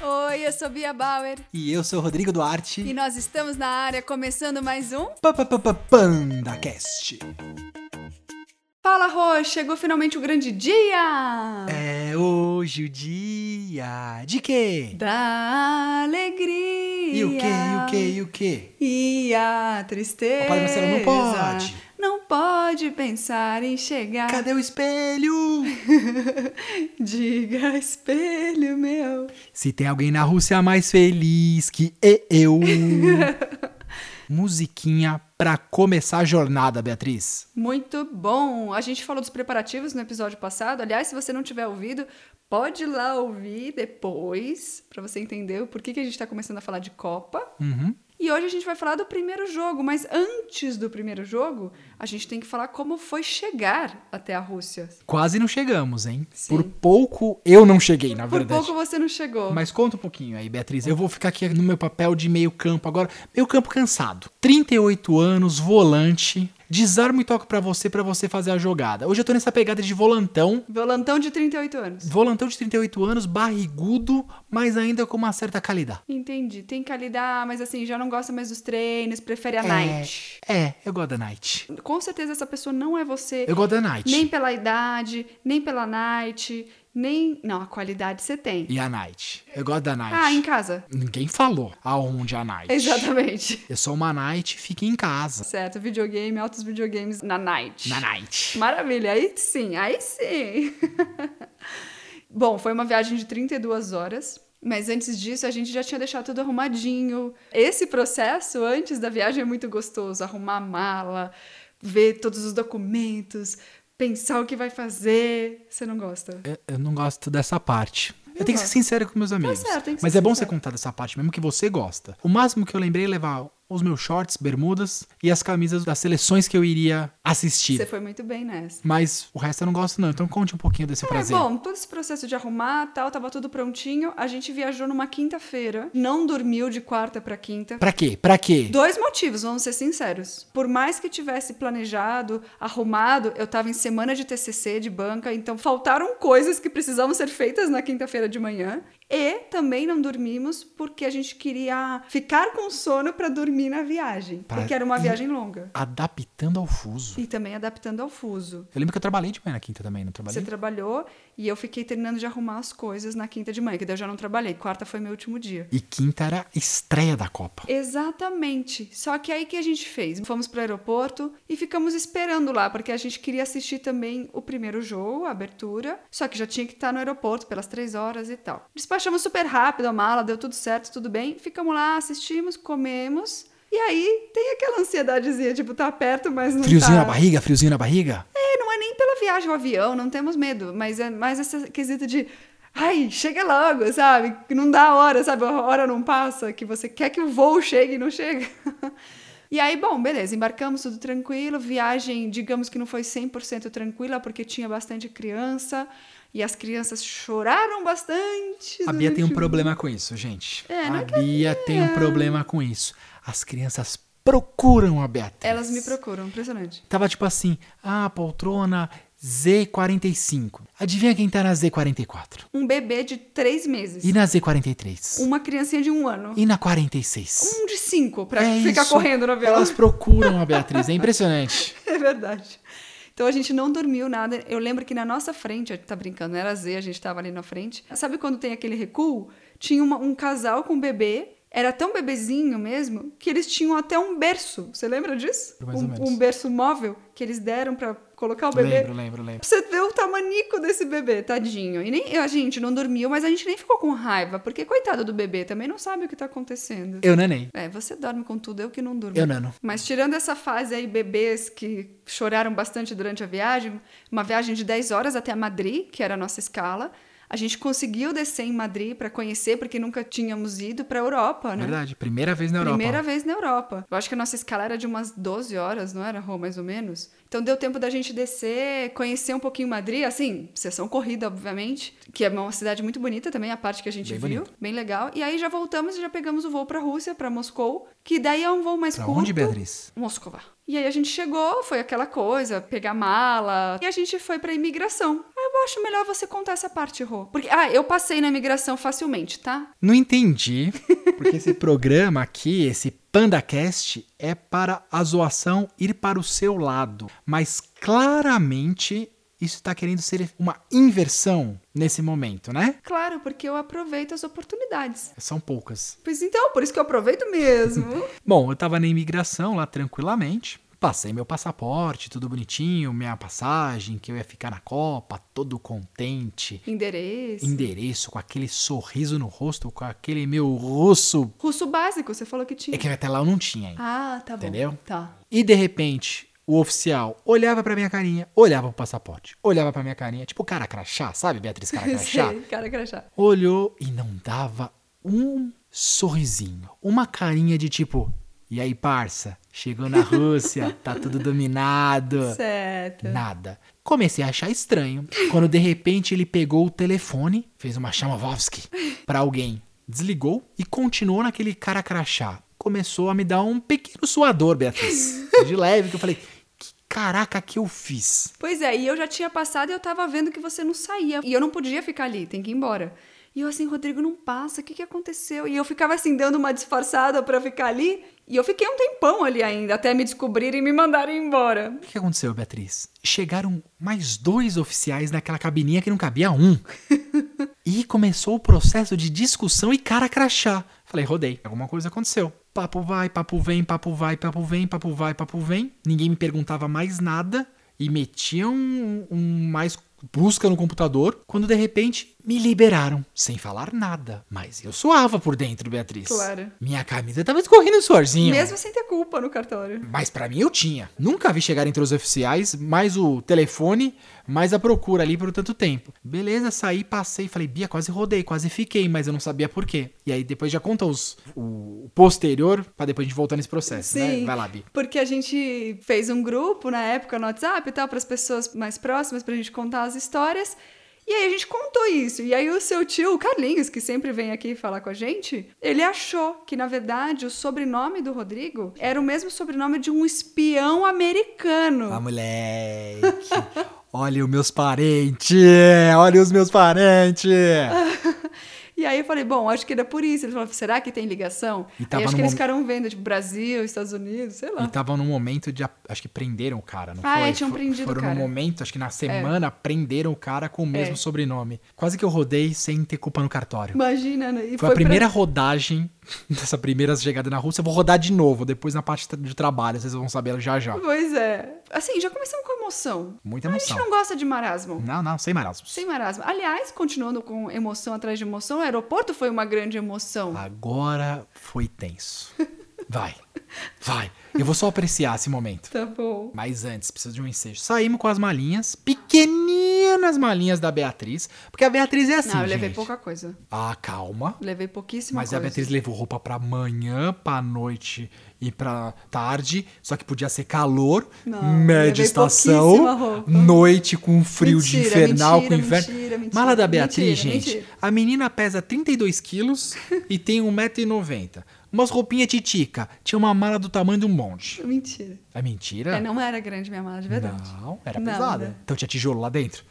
Oi, eu sou Bia Bauer E eu sou o Rodrigo Duarte. e nós estamos na área começando mais um. Pa, pa, pa, pa, PandaCast. Fala, Rô, chegou finalmente o grande dia! É hoje o dia de quê? Da alegria! E o quê, e o quê, e o quê? E a tristeza. Papai Marcelo não pode. Não pode pensar em chegar. Cadê o espelho? Diga, espelho meu. Se tem alguém na Rússia mais feliz que eu. Musiquinha pra começar a jornada, Beatriz. Muito bom! A gente falou dos preparativos no episódio passado. Aliás, se você não tiver ouvido, pode ir lá ouvir depois, pra você entender o porquê que a gente tá começando a falar de Copa. Uhum. E hoje a gente vai falar do primeiro jogo, mas antes do primeiro jogo, a gente tem que falar como foi chegar até a Rússia. Quase não chegamos, hein? Sim. Por pouco eu não cheguei, na Por verdade. pouco você não chegou. Mas conta um pouquinho aí, Beatriz. Eu vou ficar aqui no meu papel de meio campo agora. Meio campo cansado. 38 anos, volante. Desarmo e toco pra você, pra você fazer a jogada. Hoje eu tô nessa pegada de volantão. Violantão de 38 anos. Volantão de 38 anos, barrigudo, mas ainda com uma certa calidade. Entendi. Tem que lidar, mas assim, já não gosta mais dos treinos, prefere a É. night. É, eu gosto da Night. Com certeza essa pessoa não é você. Eu gosto da Night. Nem pela idade, nem pela night, nem. Não, a qualidade você tem. E a Night. Eu gosto da Night. Ah, em casa. Ninguém falou aonde a Night. Exatamente. Eu sou uma Night, fique em casa. Certo, videogame, altos videogames na night. Na Night. Maravilha, aí sim, aí sim. Bom, foi uma viagem de 32 horas, mas antes disso a gente já tinha deixado tudo arrumadinho. Esse processo antes da viagem é muito gostoso, arrumar a mala, ver todos os documentos, pensar o que vai fazer. Você não gosta? Eu, eu não gosto dessa parte. Eu, Eu tenho que ser gosto. Tá sincero com meus amigos. certo, tem que ser Mas é bom você sincero. contar dessa parte, mesmo que você gosta. O máximo que eu lembrei é levar os meus shorts, bermudas e as camisas das seleções que eu iria assistir. Você foi muito bem nessa. Mas o resto eu não gosto, não. Então conte um pouquinho desse prazer. É, bom, todo esse processo de arrumar tal, tava tudo prontinho. A gente viajou numa quinta-feira, não dormiu de quarta pra quinta. Pra quê? Pra quê? Dois motivos, vamos ser sinceros. Por mais que tivesse planejado, arrumado, eu tava em semana de TCC de banca, então faltaram coisas que precisavam ser feitas na quinta-feira de manhã. E também não dormimos porque a gente queria ficar com sono pra dormir na viagem, Pra- porque era uma viagem longa. Adaptando ao fuso. E também adaptando ao fuso. Eu lembro que eu trabalhei de manhã na quinta também, não Você trabalhei? trabalhou e eu fiquei terminando de arrumar as coisas na quinta de manhã, que daí eu já não trabalhei. Quarta foi meu último dia. E quinta era a estreia da Copa. Exatamente. Só que aí que a gente fez? Fomos pro aeroporto e ficamos esperando lá, porque a gente queria assistir também o primeiro jogo, a abertura. Só que já tinha que estar no aeroporto pelas três horas e tal. Despachamos super rápido a mala, deu tudo certo, tudo bem. Ficamos lá, assistimos, comemos. E aí tem aquela ansiedadezinha, tipo, tá perto, mas não Friozinho tá. na barriga, friozinho na barriga? É, não é nem pela viagem ao avião, não temos medo, mas é mais essa quesito de. Ai, chega logo, sabe? Que Não dá hora, sabe? A hora não passa, que você quer que o voo chegue e não chega. E aí, bom, beleza, embarcamos tudo tranquilo. Viagem, digamos que não foi 100% tranquila, porque tinha bastante criança. E as crianças choraram bastante. A Bia tem um problema com isso, gente. É, não a Bia tem um problema com isso. As crianças procuram a Beatriz. Elas me procuram, impressionante. Tava tipo assim, ah, poltrona Z45. Adivinha quem tá na Z44? Um bebê de três meses. E na Z43? Uma criancinha de um ano. E na 46? Um de cinco, pra É ficar isso. correndo no avião. Elas procuram a Beatriz, é impressionante. É verdade. Então a gente não dormiu nada. Eu lembro que na nossa frente, tá brincando, era Z, a gente tava ali na frente. Sabe quando tem aquele recuo? Tinha uma- um casal com um bebê. Era tão bebezinho mesmo que eles tinham até um berço. Você lembra disso? Mais ou um, menos. um berço móvel que eles deram pra colocar o bebê. Lembro, lembro, lembro. Pra você ver o tamanico desse bebê, tadinho. E nem a gente não dormiu, mas a gente nem ficou com raiva, porque coitado do bebê também não sabe o que tá acontecendo. Eu nanei. É, você dorme com tudo, eu que não durmo. Eu nano. Mas tirando essa fase aí, bebês que choraram bastante durante a viagem, uma viagem de 10 horas até Madrid, que era a nossa escala, a gente conseguiu descer em Madrid para conhecer, porque nunca tínhamos ido para Europa, né? Verdade, primeira vez na Europa. Primeira vez na Europa. Eu acho que a nossa escala era de umas 12 horas, não era, Rô, mais ou menos? Então deu tempo da gente descer, conhecer um pouquinho Madrid, assim, sessão corrida, obviamente, que é uma cidade muito bonita também, a parte que a gente Bem viu, bonito. bem legal. E aí já voltamos e já pegamos o voo pra Rússia, pra Moscou, que daí é um voo mais Pra curto. onde, Beatriz? Moscova. E aí a gente chegou, foi aquela coisa, pegar mala, e a gente foi pra imigração. Aí eu acho melhor você contar essa parte, Rô. Porque, ah, eu passei na imigração facilmente, tá? Não entendi, porque esse programa aqui, esse PandaCast, é para a zoação ir para o seu lado. Mas claramente isso está querendo ser uma inversão nesse momento, né? Claro, porque eu aproveito as oportunidades. São poucas. Pois então, por isso que eu aproveito mesmo. Bom, eu estava na imigração lá tranquilamente. Passei meu passaporte, tudo bonitinho, minha passagem, que eu ia ficar na Copa, todo contente. Endereço. Endereço, com aquele sorriso no rosto, com aquele meu russo. Russo básico, você falou que tinha. É que até lá eu não tinha ainda. Ah, tá bom. Entendeu? Tá. E de repente, o oficial olhava pra minha carinha, olhava pro passaporte, olhava pra minha carinha, tipo cara crachá, sabe, Beatriz cara crachá? Sei, cara crachá. Olhou e não dava um sorrisinho, uma carinha de tipo, e aí, parça, chegou na Rússia, tá tudo dominado. Certo. Nada. Comecei a achar estranho quando de repente ele pegou o telefone, fez uma chamovski pra alguém, desligou e continuou naquele cara crachá. Começou a me dar um pequeno suador, Beatriz. De leve, que eu falei, que caraca que eu fiz? Pois é, e eu já tinha passado e eu tava vendo que você não saía. E eu não podia ficar ali, tem que ir embora. E eu assim, Rodrigo, não passa, o que, que aconteceu? E eu ficava assim, dando uma disfarçada pra ficar ali. E eu fiquei um tempão ali ainda, até me descobrirem e me mandarem embora. O que aconteceu, Beatriz? Chegaram mais dois oficiais naquela cabininha que não cabia um. e começou o processo de discussão e cara crachá. Falei, rodei, alguma coisa aconteceu. Papo vai, papo vem, papo vai, papo vem, papo vai, papo vem. Ninguém me perguntava mais nada e metiam um, um mais busca no computador, quando de repente me liberaram, sem falar nada. Mas eu suava por dentro, Beatriz. Claro. Minha camisa tava escorrendo um suorzinho. Mesmo sem ter culpa no cartório. Mas pra mim eu tinha. Nunca vi chegar entre os oficiais, mais o telefone, mais a procura ali por tanto tempo. Beleza, saí, passei, falei, Bia, quase rodei, quase fiquei, mas eu não sabia por quê. E aí depois já conta os, o, o posterior, pra depois a gente voltar nesse processo, né? Vai lá, Bia. Porque a gente fez um grupo na época no WhatsApp e tal, para as pessoas mais próximas, pra gente contar as histórias. E aí a gente contou isso. E aí o seu tio, o Carlinhos, que sempre vem aqui falar com a gente, ele achou que, na verdade, o sobrenome do Rodrigo era o mesmo sobrenome de um espião americano. Ah, moleque. Olha os meus parentes! Olha os meus parentes! E aí eu falei, bom, acho que era por isso. Ele falou, será que tem ligação? E tava aí acho no que eles mom- ficaram vendo, tipo, Brasil, Estados Unidos, sei lá. E tava num momento de. ap- Acho que prenderam o cara, não Ah, foi? é, tinham Fo- prendido o Foram cara. num momento, acho que na semana, prenderam o cara com o mesmo É. sobrenome. Quase que eu rodei sem ter culpa no cartório. Imagina, né? E Foi, a pra- primeira rodagem dessa primeira chegada na Rússia. Eu vou rodar de novo, depois na parte de trabalho, vocês vão saber já já. Pois é. Assim, já começamos com emoção. Muita A gente emoção. não gosta de marasmo. Não, não, sem marasmos. Sem marasmo. Aliás, continuando com emoção atrás de emoção, o aeroporto foi uma grande emoção. Ah. Agora foi tenso. Vai, vai. Eu vou só apreciar esse momento. Tá bom. Mas antes, precisa de um ensejo. Saímos com as malinhas, pequeninas malinhas da Beatriz, porque a Beatriz é assim, não, eu levei gente. pouca coisa. Ah, calma. Levei pouquíssima Mas é a coisa. Beatriz levou roupa pra manhã, pra noite e pra tarde. Só que podia ser calor, Não, média levei pouquíssima estação, roupa. noite com frio de Mentira, infernal, mentira, com inverno. mentira, mentira, Mala da Beatriz, mentira, gente. mentira. A menina pesa 32 quilos e tem 1,90m. Umas roupinhas titica. Tinha uma mala do tamanho de um monte. Mentira. É mentira? É, não era grande minha mala, de verdade. Não, era Não, pesada. né? Então tinha tijolo lá dentro.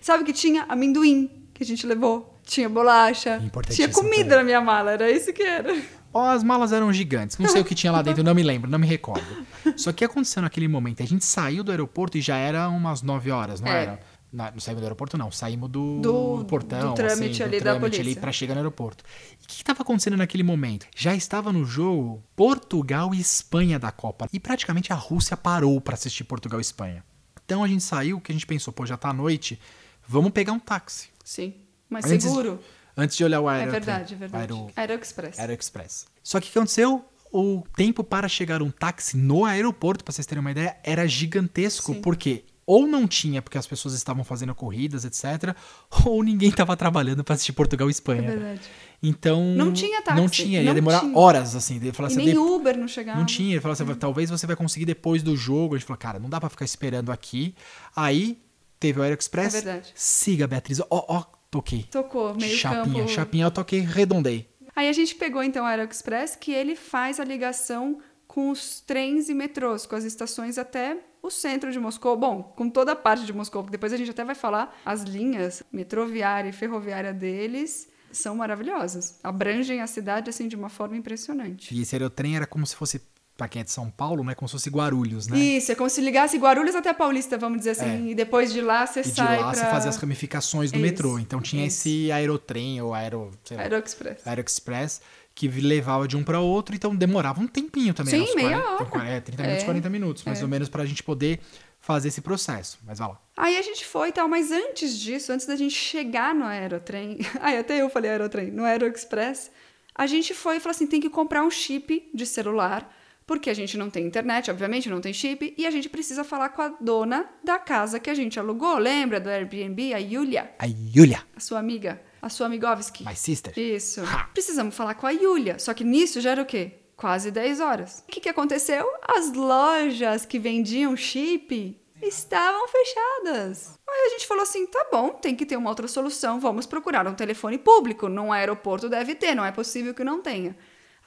Sabe que tinha amendoim que a gente levou. Tinha bolacha. Importantíssimo Tinha comida também. na minha mala, era isso que era. Ó, as malas eram gigantes. Não sei o que tinha lá dentro, não me lembro, não me recordo. Só que aconteceu naquele momento. A gente saiu do aeroporto e já era umas 9 horas, não É. era? Na- não saímos do aeroporto, não. Saímos do, Do- portão, do trâmite assim, ali do da trâmite ali polícia. pra chegar no aeroporto. E o que, que tava acontecendo naquele momento? Já estava no jogo Portugal e Espanha da Copa. E praticamente a Rússia parou pra assistir Portugal e Espanha. Então a gente saiu, que a gente pensou, pô, já tá à noite, vamos pegar um táxi. Sim. Mas Antes- É seguro. Antes de olhar o É aeroporto. verdade, é verdade. Aeroexpress. Era o Express. Só que o que aconteceu? O tempo para chegar um táxi no aeroporto, pra vocês terem uma ideia, era gigantesco, porque ou não tinha, porque as pessoas estavam fazendo corridas, etc., ou ninguém tava trabalhando pra assistir Portugal É e Espanha. verdade. Então. Não tinha Não táxi, tinha, ia não demorar tinha. horas, assim. Ele falou E assim, nem um "Dep- Uber não chegava. não tinha. Ele falou assim, talvez você vai conseguir depois do jogo. A gente falou, cara, não dá pra ficar esperando aqui. Aí teve o AeroExpress. É verdade. Siga, Beatriz. Ó, ó, toquei. Tocou, meio chapinha, campo. chapinha, eu toquei, redondei. Aí a gente pegou então o AeroExpress, que ele faz a ligação com os trens e metrôs, com as estações até o centro de Moscou, bom, com toda a parte de Moscou, porque depois a gente até vai falar as linhas metroviária e ferroviária deles são maravilhosas. Abrangem a cidade assim de uma forma impressionante. E esse aerotrem era como se fosse, pra quem é de São Paulo, né? Como se fosse Guarulhos, né? É. Isso, é como se ligasse Guarulhos até a Paulista, vamos dizer assim, e depois de lá você E de sai lá pra... você fazia as ramificações do Isso, metrô. Então tinha isso. esse aerotrem ou aero, sei lá, Aeroexpress. Aeroexpress que vi- levava de um para outro, então demorava um tempinho também. Sim, uns meia 40, hora. 40, 30 minutos, É, 40 minutos, mais ou menos, pra gente poder fazer esse processo. Mas vai lá. Aí a gente foi e tal, mas antes disso, antes da gente chegar no aerotrem, aí até eu falei aerotrem, no aeroexpress, a gente foi e falou assim, tem que comprar um chip de celular, porque a gente não tem internet, obviamente não tem chip, e a gente precisa falar com a dona da casa que a gente alugou, lembra do Airbnb, a Yulia, A Yulia, a sua amiga, a sua Amigovski. my sister. Isso. Ha! Precisamos falar com a Yulia. Só que nisso já era o quê? Quase 10 horas. O que, que aconteceu? As lojas que vendiam chip estavam fechadas. Aí a gente falou assim: tá bom, tem que ter uma outra solução. Vamos procurar um telefone público. Num aeroporto deve ter, não é possível que não tenha.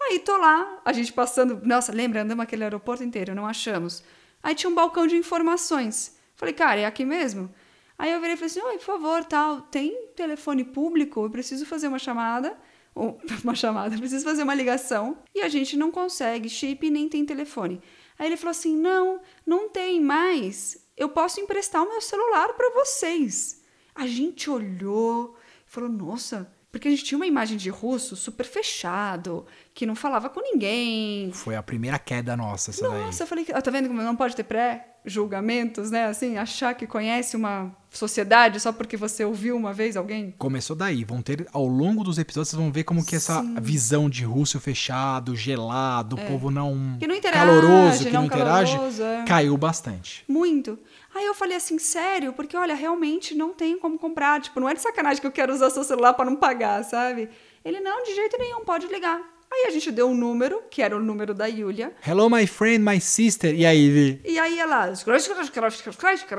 Aí tô lá, a gente passando. Nossa, lembra? Andamos aquele aeroporto inteiro, não achamos. Aí tinha um balcão de informações. Falei, cara, é aqui mesmo? Aí eu virei e falei assim: Oi, por favor, tal, tem telefone público? Eu preciso fazer uma chamada. Ou, uma chamada, eu preciso fazer uma ligação. E a gente não consegue chip e nem tem telefone. Aí ele falou assim: Não, não tem mais. Eu posso emprestar o meu celular para vocês. A gente olhou e falou: Nossa. Porque a gente tinha uma imagem de russo super fechado, que não falava com ninguém, Foi a primeira queda nossa, essa daí. nossa, eu falei que. ah, Tá vendo como não pode ter pré-julgamentos, né? Assim, achar que conhece uma sociedade só porque você ouviu uma vez alguém? Começou daí. Vão ter, ao longo dos episódios, vocês vão ver como que essa visão de russo fechado, gelado, o povo não. É. Que não interage, caloroso, que não, não interage, caloroso, é. caiu bastante. Muito. Aí eu falei assim, sério? Porque, olha, realmente não tem como comprar. Tipo, não é de sacanagem que eu quero usar seu celular pra não pagar, sabe? Ele, não, de jeito nenhum, pode ligar. Aí a gente deu um número, que era o número da Yulia. Hello, my friend, my sister. E aí, Vi? E aí ela.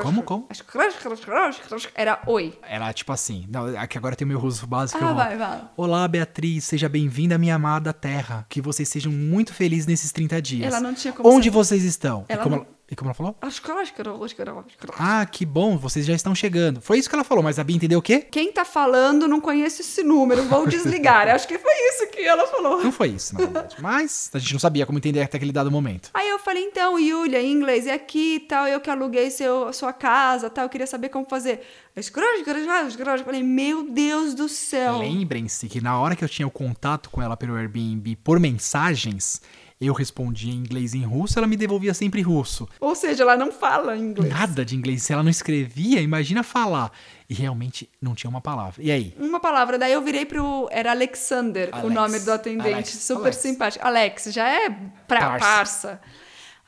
Como, como? Era oi. Era tipo assim. Não, aqui agora tem o meu russo básico. Ah, eu vou- vai, vai. Olá, Beatriz, seja bem-vinda à minha amada terra. Que vocês sejam muito felizes nesses 30 dias. Ela não tinha como Onde saber. vocês estão? Ela e, como não- ela... e como ela falou? Ah, que bom, vocês já estão chegando. Foi isso que ela falou, mas a Bia entendeu o quê? Quem tá falando não conhece esse número, vou desligar. Acho que foi isso que ela falou. Não foi isso, na verdade. mas a gente não sabia como entender até aquele dado momento. Aí eu falei, então, Yulia, em inglês é aqui e tal, eu que aluguei seu, sua casa tal, eu queria saber como fazer. Eu falei, meu Deus do céu. Lembrem-se que na hora que eu tinha o contato com ela pelo Airbnb por mensagens, eu respondia em inglês e em russo, ela me devolvia sempre em russo. Ou seja, ela não fala inglês. Nada de inglês. Se ela não escrevia, imagina falar. E realmente não tinha uma palavra. E aí? Uma palavra, daí eu virei pro. Era Alexander, o Alex, nome do atendente, Alex, super Alex. simpático. Alex, já é pra Parça. parça.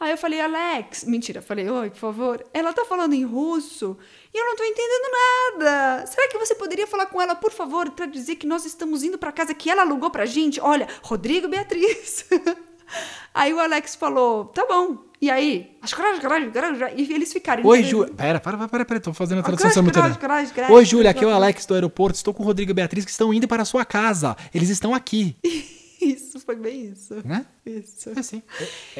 Aí eu falei, Alex, mentira, falei, oi, por favor. Ela tá falando em russo e eu não tô entendendo nada. Será que você poderia falar com ela, por favor, pra dizer que nós estamos indo pra casa que ela alugou pra gente? Olha, Rodrigo e Beatriz. aí o Alex falou, tá bom. E aí? E eles ficaram. Oi, entendendo- Júlia. Pera, para, para, para, pera, tô fazendo a Ah, tradução crash, simultânea. crash, crash, crash. Oi, Júlia, aqui é o Alex do aeroporto. Estou com o Rodrigo e a Beatriz que estão indo para a sua casa. Eles estão aqui, Isso, foi bem isso. né? Isso. É assim.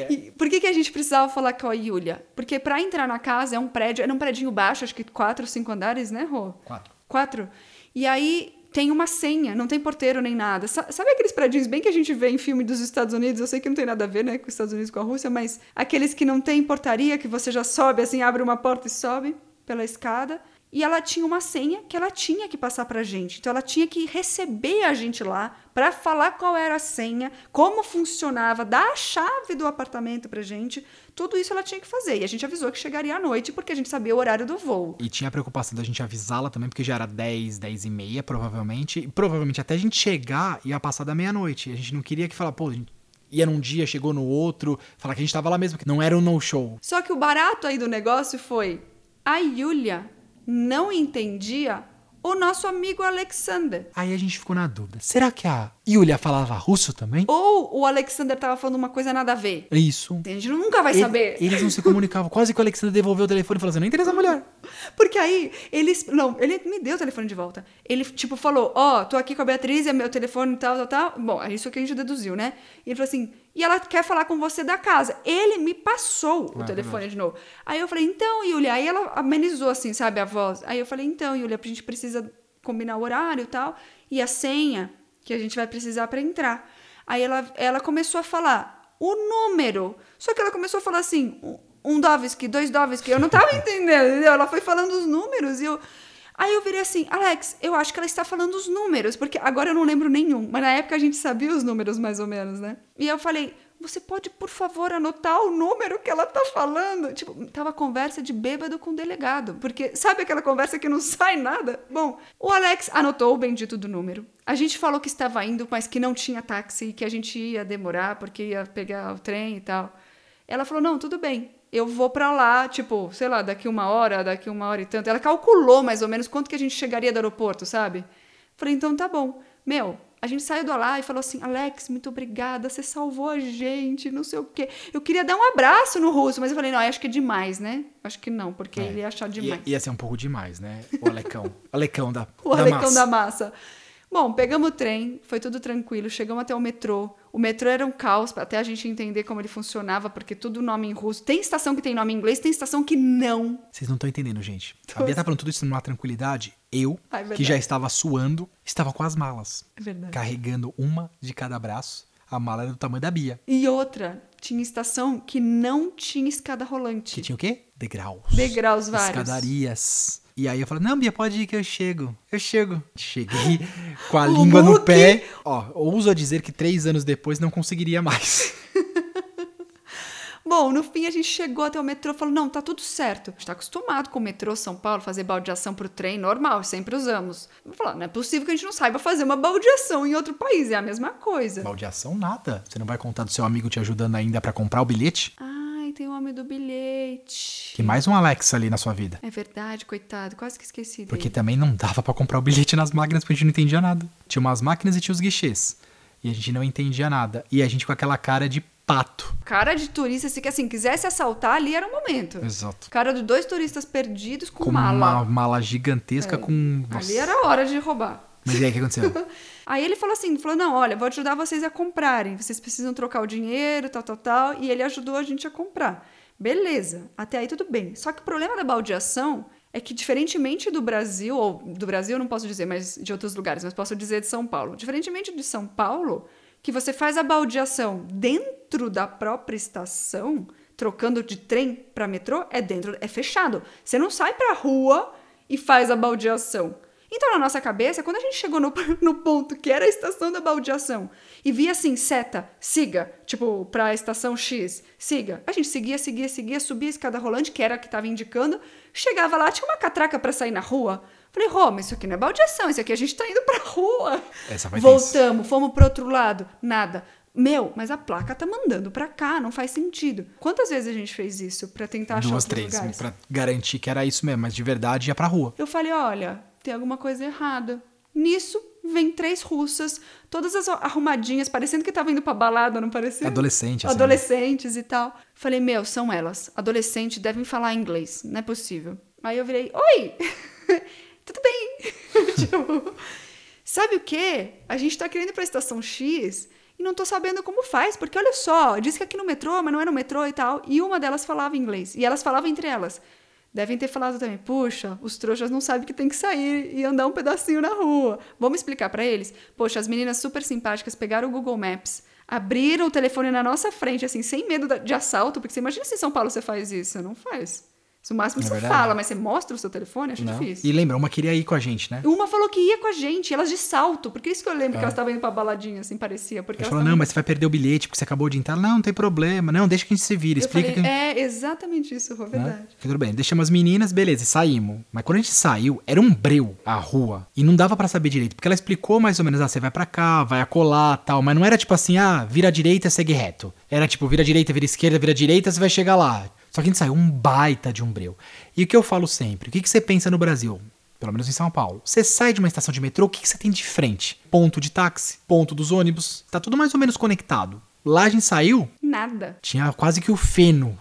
E por que, que a gente precisava falar com a Yulia? Porque pra entrar na casa é um prédio, era um prédio baixo, acho que quatro, cinco andares, né, Rô? Quatro. Quatro. E aí tem uma senha, não tem porteiro nem nada. Sa- Sabe aqueles prédios bem que a gente vê em filme dos Estados Unidos? Eu sei que não tem nada a ver, né, com os Estados Unidos com a Rússia, mas aqueles que não tem portaria, que você já sobe assim, abre uma porta e sobe pela escada. E ela tinha uma senha que ela tinha que passar pra gente. Então ela tinha que receber a gente lá pra falar qual era a senha, como funcionava, dar a chave do apartamento pra gente. Tudo isso ela tinha que fazer. E a gente avisou que chegaria à noite, porque a gente sabia o horário do voo. E tinha a preocupação da gente avisá-la também, porque já era 10, 10 e meia, provavelmente. E provavelmente até a gente chegar ia passar da meia-noite. E A gente não queria que falar, pô, a gente ia num dia, chegou no outro, falar que a gente tava lá mesmo, que não era um no-show. Só que o barato aí do negócio foi a Yulia não entendia o nosso amigo Alexander. Aí a gente ficou na dúvida. Será que a Yulia falava russo também? Ou o Alexander tava falando uma coisa nada a ver. Isso. A gente nunca vai Ele- saber. Eles não se comunicavam. Quase que o Alexandre devolveu o telefone e falou assim: não interessa a mulher. Porque aí ele. Não, ele me deu o telefone de volta. Ele, tipo, falou: Ó, tô aqui com a Beatriz, é meu telefone tal, tal, tal. Bom, é isso que a gente deduziu, né? E ele falou assim: e ela quer falar com você da casa. Ele me passou o Ah, telefone verdade. de novo. Aí eu falei: então, Yulia. Aí ela amenizou, assim, sabe, a voz. Aí eu falei: então, Yulia, a gente precisa combinar o horário e tal. E a senha que a gente vai precisar pra entrar. Aí ela, ela começou a falar o número. Só que ela começou a falar assim, um- um Dovski, dois Dovski. Eu não tava entendendo, entendeu? Ela foi falando os números e eu... Aí eu virei assim, Alex, eu acho que ela está falando os números, porque agora eu não lembro nenhum. Mas na época a gente sabia os números mais ou menos, né? E eu falei, você pode, por favor, anotar o número que ela tá falando? Tipo, tava conversa de bêbado com o delegado. Porque sabe aquela conversa que não sai nada? Bom, o Alex anotou o bendito do número. A gente falou que estava indo, mas que não tinha táxi e que a gente ia demorar porque ia pegar o trem e tal. Ela falou: não, tudo bem. Eu vou pra lá, tipo, sei lá, daqui uma hora, daqui uma hora e tanto. Ela calculou mais ou menos quanto que a gente chegaria do aeroporto, sabe? Falei, então tá bom. Meu, a gente saiu do lá e falou assim: Alex, muito obrigada, você salvou a gente, não sei o quê. Eu queria dar um abraço no russo, mas eu falei: não, eu acho que é demais, né? Acho que não, porque É. ele ia achar Ia- demais. Ia, ser um pouco demais, né? O Alecão. Alecão da, O da Alecão massa. da Massa. Bom, pegamos o trem, foi tudo tranquilo, chegamos até o metrô. O metrô era um caos, até a gente entender como ele funcionava, porque tudo nome em russo. Tem estação que tem nome em inglês, tem estação que não. Vocês não estão entendendo, gente. A Tô. Bia tá falando tudo isso numa tranquilidade. Eu, Ai, verdade. que já estava suando, estava com as malas. É verdade. Carregando uma de cada braço. A mala era do tamanho da Bia. E outra, tinha estação que não tinha escada rolante. Que tinha o quê? Degraus. Degraus vários. Escadarias. E aí eu falei, não, Bia, pode ir que eu chego. Eu chego. Cheguei com a O língua no Hulk. pé. Ó, ouso a dizer que três anos depois não conseguiria mais. Bom, no fim a gente chegou até o metrô e falou: não, tá tudo certo. A gente tá acostumado com o metrô São Paulo, fazer baldeação pro trem, normal, sempre usamos. Eu falei, não é possível que a gente não saiba fazer uma baldeação em outro país, é a mesma coisa. Baldeação nada. Você não vai contar do seu amigo te ajudando ainda pra comprar o bilhete? Ai, tem o homem do bilhete. Tem mais um Alex ali na sua vida. É verdade, coitado, quase que esqueci dele. Porque também não dava pra comprar o bilhete nas máquinas porque a gente não entendia nada. Tinha umas máquinas e tinha os guichês. E a gente não entendia nada. E a gente com aquela cara de pato. Cara de turista, se assim, quisesse assaltar ali era o momento. Exato. Cara de dois turistas perdidos com, Com uma mala. É. mala gigantesca com. Nossa. Ali era a hora de roubar. Mas e aí o que aconteceu? Aí ele falou assim, falou, não, olha, vou ajudar vocês a comprarem, vocês precisam trocar o dinheiro, tal, tal, tal, e ele ajudou a gente a comprar. Beleza, até aí tudo bem. Só que o problema da baldeação é que, diferentemente do Brasil, ou do Brasil eu não posso dizer, mas de outros lugares, mas posso dizer de São Paulo. Diferentemente de São Paulo, que você faz a baldeação dentro da própria estação, trocando de trem para metrô, é dentro, é fechado. Você não sai pra rua e faz a baldeação. Então, na nossa cabeça, quando a gente chegou no, no ponto que era a estação da baldeação e via assim, seta, siga, tipo, pra estação X, siga. A gente seguia, seguia, seguia, subia a escada rolante, que era a que tava indicando, chegava lá, tinha uma catraca pra sair na rua. Falei, Rô, mas isso aqui não é baldeação, isso aqui a gente tá indo pra rua. Essa foi tensa. Voltamos, fomos pro outro lado, nada. Meu, mas a placa tá mandando pra cá, não faz sentido. Quantas vezes a gente fez isso pra tentar achar Duas, outros três. lugares? Pra garantir que era isso mesmo. Mas de verdade ia pra rua. Eu falei, olha, tem alguma coisa errada. Nisso, vem três russas, todas as arrumadinhas, parecendo que tava indo pra balada, não parecia? Adolescente, assim. Adolescentes e tal. Falei, meu, são elas. Adolescente, devem falar inglês, não é possível. Aí eu virei, oi! Tudo bem? tipo, sabe o quê? A gente tá querendo ir pra estação X e não tô sabendo como faz, porque olha só, diz que aqui no metrô, mas não é no metrô e tal. E uma delas falava inglês. E elas falavam entre elas. Devem ter falado também, puxa, os trouxas não sabem que tem que sair e andar um pedacinho na rua. Vamos explicar pra eles? Poxa, as meninas super simpáticas pegaram o Google Maps, abriram o telefone na nossa frente, assim, sem medo da- de assalto, porque você imagina se em São Paulo você faz isso? Não faz. No máximo É você verdade. fala, mas você mostra o seu telefone, acho Não. difícil. né? E lembra, uma queria ir com a gente, né? Uma falou que ia com a gente, elas de salto, porque isso que eu lembro que elas estavam indo pra baladinha, assim, parecia. Porque É. elas Ela falou, tavam- não, mas você vai perder o bilhete porque você acabou de entrar. Não, não tem problema. Não, deixa que a gente se vira. eu Explica falei, que... É, exatamente isso, Rô, né? verdade. Tudo bem, deixamos as meninas, beleza, e saímos. Mas quando a gente saiu, era um breu a rua. E não dava pra saber direito, porque ela explicou mais ou menos, ah, você vai pra cá, vai acolá, tal. Mas não era tipo assim, ah, vira à direita, segue reto. Era tipo, vira à direita, vira à esquerda, vira à direita, você vai chegar lá. Só que a gente saiu um baita de um breu. E o que eu falo sempre, o que, que você pensa no Brasil? Pelo menos em São Paulo. Você sai de uma estação de metrô, o que, que você tem de frente? Ponto de táxi, ponto dos ônibus. Tá tudo mais ou menos conectado. Lá a gente saiu, Nada. tinha quase que o feno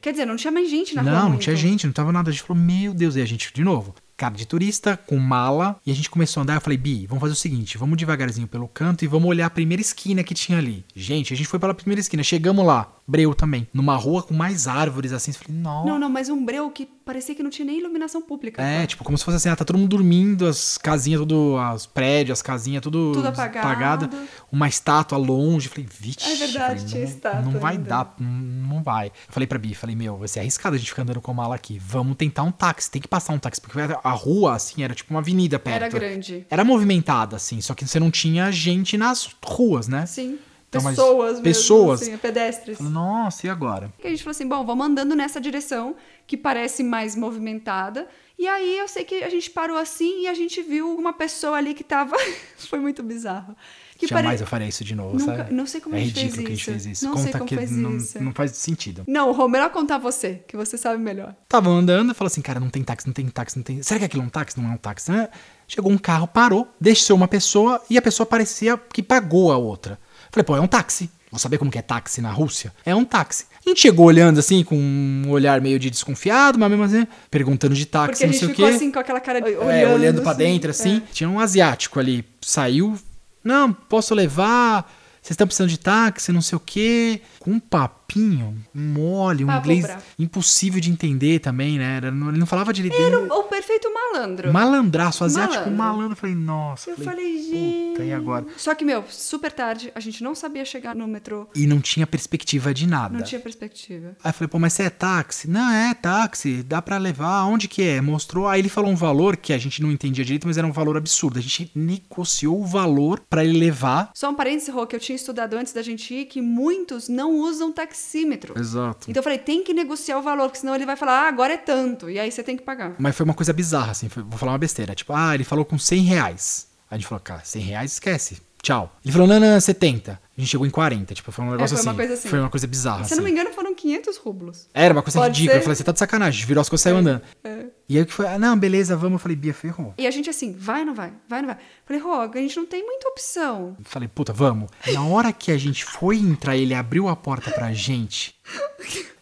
Quer dizer, não tinha mais gente na não, rua. então. não muito. tinha gente, não tava nada. A gente falou, meu Deus, e a gente, de novo, cara de turista, com mala, e a gente começou a andar. Eu falei, Bi, vamos fazer o seguinte, vamos devagarzinho pelo canto e vamos olhar a primeira esquina que tinha ali. Gente, a gente foi pela primeira esquina, chegamos lá, breu também, numa rua com mais árvores assim. Eu falei, nossa. Não, não, mas um breu que parecia que não tinha nem iluminação pública. É, tipo, como se fosse assim, ah, tá todo mundo dormindo, as casinhas, tudo, os prédios, as casinhas, tudo, Tudo apagado. apagada. Uma estátua longe. Falei, vixe. É verdade, falei, tinha não, estátua Não vai ainda. dar, não, não vai. Eu falei pra Bi, falei, meu, vai ser arriscado a gente ficar andando com a mala aqui. Vamos tentar um táxi, tem que passar um táxi. Porque era- a rua, assim, era tipo uma avenida perto. Era grande. Era movimentada, assim, só que você não tinha gente nas ruas, né? Sim. Então, mas pessoas mesmo, pessoas. assim, pedestres. Falei, Nossa, e agora? E a gente falou assim, bom, vamos andando nessa direção que parece mais movimentada. E aí eu sei que a gente parou assim e a gente viu uma pessoa ali que tava... Foi muito bizarro. Que Jamais pare- eu faria isso de novo, Nunca- sabe? não sei como é a gente fez ridículo que a gente isso. fez isso. Não sei Conta como que fez não, isso. não faz sentido. Não, Rô, melhor contar você, que você sabe melhor. Tava andando, falou assim, cara, não tem táxi, não tem táxi, não tem. Será que aquilo é um táxi? Não é um táxi, né? Chegou um carro, parou, desceu uma pessoa e a pessoa parecia que pagou a outra. Falei, pô, é um táxi. Vou saber como que é táxi na Rússia? É um táxi. A gente chegou olhando assim, com um olhar meio de desconfiado, mas mesmo assim, perguntando de táxi, Porque a não gente sei o ficou quê. assim com aquela cara de- olhando, É, olhando pra dentro, é. assim. Tinha um asiático ali, saiu. Não, posso levar. Vocês estão precisando de táxi, não sei o quê. Com um papinho mole, um Papo inglês bravo. impossível de entender também, né? Era- não- Ele não falava direito. Era Ele... o, o é. perfeito malandro. Malandraço, asiático, Malandro. malandro. Eu falei, nossa. Eu falei, gente... Puta, e agora? Só que, meu, super tarde, a gente não sabia chegar no metrô, E não tinha perspectiva de nada. não tinha perspectiva. Aí eu falei, pô, mas você é táxi? Não, é táxi, dá pra levar, onde que é? Mostrou, aí ele falou um valor que a gente não entendia direito, mas era um valor absurdo. A gente negociou o valor pra ele levar Só um parêntese, Rô, que eu tinha estudado antes da gente ir, que muitos não usam taxímetro. Exato. Então eu falei, tem que negociar o valor, porque senão ele vai falar, ah, agora é tanto, e aí você tem que pagar. Mas foi uma coisa bizarra, assim. foi- vou falar uma besteira. Tipo, ah, ele falou com 100 reais. Aí a gente falou, cara, 100 reais esquece. Tchau. Ele falou, não, não, não, 70. A gente chegou em 40. Tipo, foi um negócio foi uma assim. coisa assim. Foi uma coisa bizarra. Se eu não me assim. engano, foram 500 rublos. Era uma coisa Pode ridícula. Eu ser. falei, você tá de sacanagem. Virou as coisas e saiu andando. É. E aí o que foi, ah, não, beleza, vamos. Eu falei, Bia, ferrou. E a gente assim, vai ou não vai? Vai ou não vai? Falei, Rô, a gente não tem muita opção. Eu Falei, puta, vamos. Na hora que a gente foi entrar, ele abriu a porta pra gente.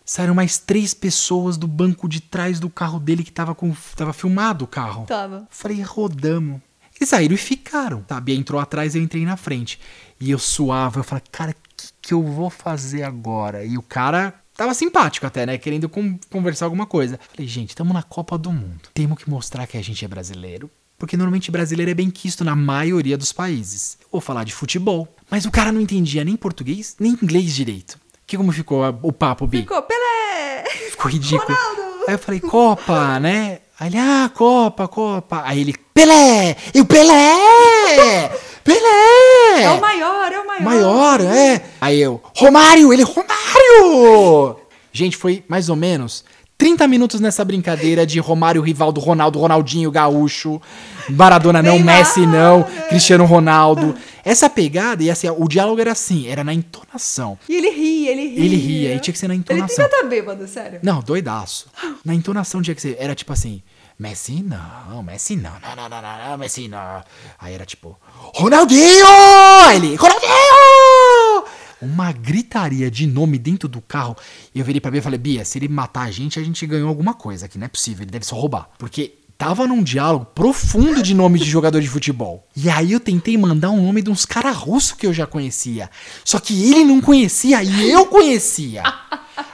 Saíram mais três pessoas do banco de trás do carro dele que tava, com, tava filmado o carro. Tava. Falei, rodamos. Eles saíram e ficaram. Tá, A Bia entrou atrás, eu entrei na frente. E eu suava, eu falei, cara, o que, que eu vou fazer agora? E o cara tava simpático até, né? Querendo con- conversar alguma coisa. Falei, gente, tamo na Copa do Mundo. Temos que mostrar que a gente é brasileiro. Porque normalmente brasileiro é bem quisto na maioria dos países. Eu vou falar de futebol. Mas o cara não entendia nem português, nem inglês direito. Que como ficou a- o papo, Bi? Ficou, Pelé! Ficou ridículo. Ronaldo! Aí eu falei, Copa, né? Aí ele, ah, Copa, Copa. Aí ele, Pelé! E o Pelé! Pelé! É, o maior, é o maior. Maior, é. Aí eu, Romário, ele, Romário! Gente, foi mais ou menos 30 minutos nessa brincadeira de Romário, Rivaldo, Ronaldo, Ronaldinho, Gaúcho, Maradona não, Neymar, Messi não, né? Cristiano Ronaldo. Essa pegada, e assim, o diálogo era assim, era na entonação. E ele ria, ele ria. Ele ria, e tinha que ser na Ele entonação. devia estar bêbado, sério. Não, doidaço. Na entonação tinha que ser. Era tipo assim: Messi não, Messi não, não, não, não, não, não, Messi não. Aí era tipo: Ronaldinho! Aí Ele, Ronaldinho! Uma gritaria de nome dentro do carro. E eu virei pra Bia e falei: Bia, se ele matar a gente, a gente ganhou alguma coisa aqui. Não é possível, ele deve só roubar. Porque tava num diálogo profundo de nome de jogador de futebol. E aí eu tentei mandar um nome de uns caras russos que eu já conhecia. Só que ele não conhecia e eu conhecia.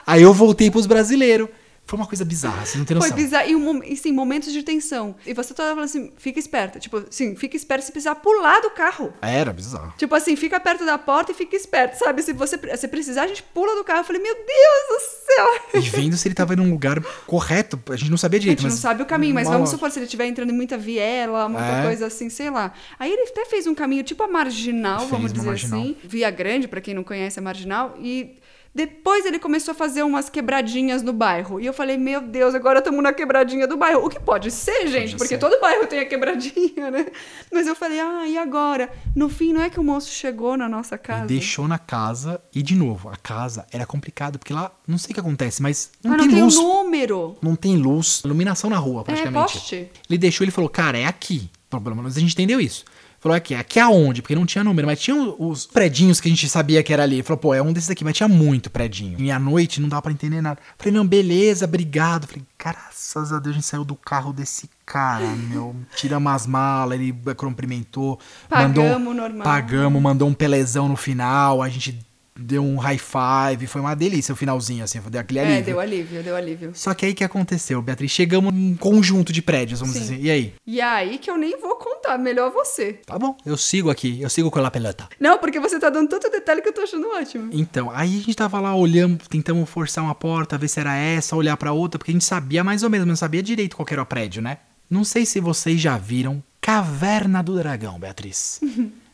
Aí eu voltei pros brasileiros. Foi uma coisa bizarra, você não tem noção. Foi bizarro. E, um mom- e, sim, momentos de tensão. E você toda falando assim, fica esperta. Tipo, sim, fica esperta se precisar pular do carro. Era bizarro. Tipo assim, fica perto da porta e fica esperto, sabe? Se você pre- se precisar, a gente pula do carro. Eu falei, meu Deus do céu! E vendo se ele tava em um lugar correto, a gente não sabia A direito. gente não mas- sabe o caminho, mas Uma vamos lógica. supor se ele estiver entrando em muita viela, muita É. coisa assim, sei lá. Aí ele até fez um caminho tipo a marginal, Fez vamos uma dizer marginal. assim. Via Grande, pra quem não conhece, é marginal. E depois ele começou a fazer umas quebradinhas no bairro. E eu falei, meu Deus, agora estamos na quebradinha do bairro. O que pode ser, gente, porque ser. todo bairro tem a quebradinha, né? Mas eu falei, ah, e agora? No fim, não é que o moço chegou na nossa casa? E deixou na casa, e de novo, a casa era complicada, porque lá, não sei o que acontece, mas não Mas tem não tem um o luz. número. Não tem luz, iluminação na rua, praticamente. poste. Ele deixou, ele falou, cara, é aqui. pelo menos a gente entendeu isso. Falou aqui, aqui aonde? Porque não tinha número, mas tinha os predinhos que a gente sabia que era ali. Falou, pô, é um desses aqui, mas tinha muito predinho. E à noite não dava pra entender nada. Falei, não, beleza, obrigado. Falei, graças a Deus a gente saiu do carro desse cara, meu. Tiramos as malas, ele cumprimentou. mandou, um Pagamos normal. Pagamos, mandou um pelezão no final, a gente deu um high five, foi uma delícia o finalzinho, assim, foi aquele É, alívio. deu alívio, deu alívio. Só que aí que aconteceu, Beatriz? Chegamos num conjunto de prédios, vamos Sim. dizer assim. E aí? E é aí que eu nem vou contar, melhor você. Tá bom, eu sigo aqui, eu sigo com a pelota. Não, porque você tá dando tanto detalhe que eu tô achando ótimo. Então, aí a gente tava lá olhando, tentamos forçar uma porta, ver se era essa, olhar pra outra, porque a gente sabia mais ou menos, mas não sabia direito qual que era o prédio, né? Não sei se vocês já viram Caverna do Dragão, Beatriz.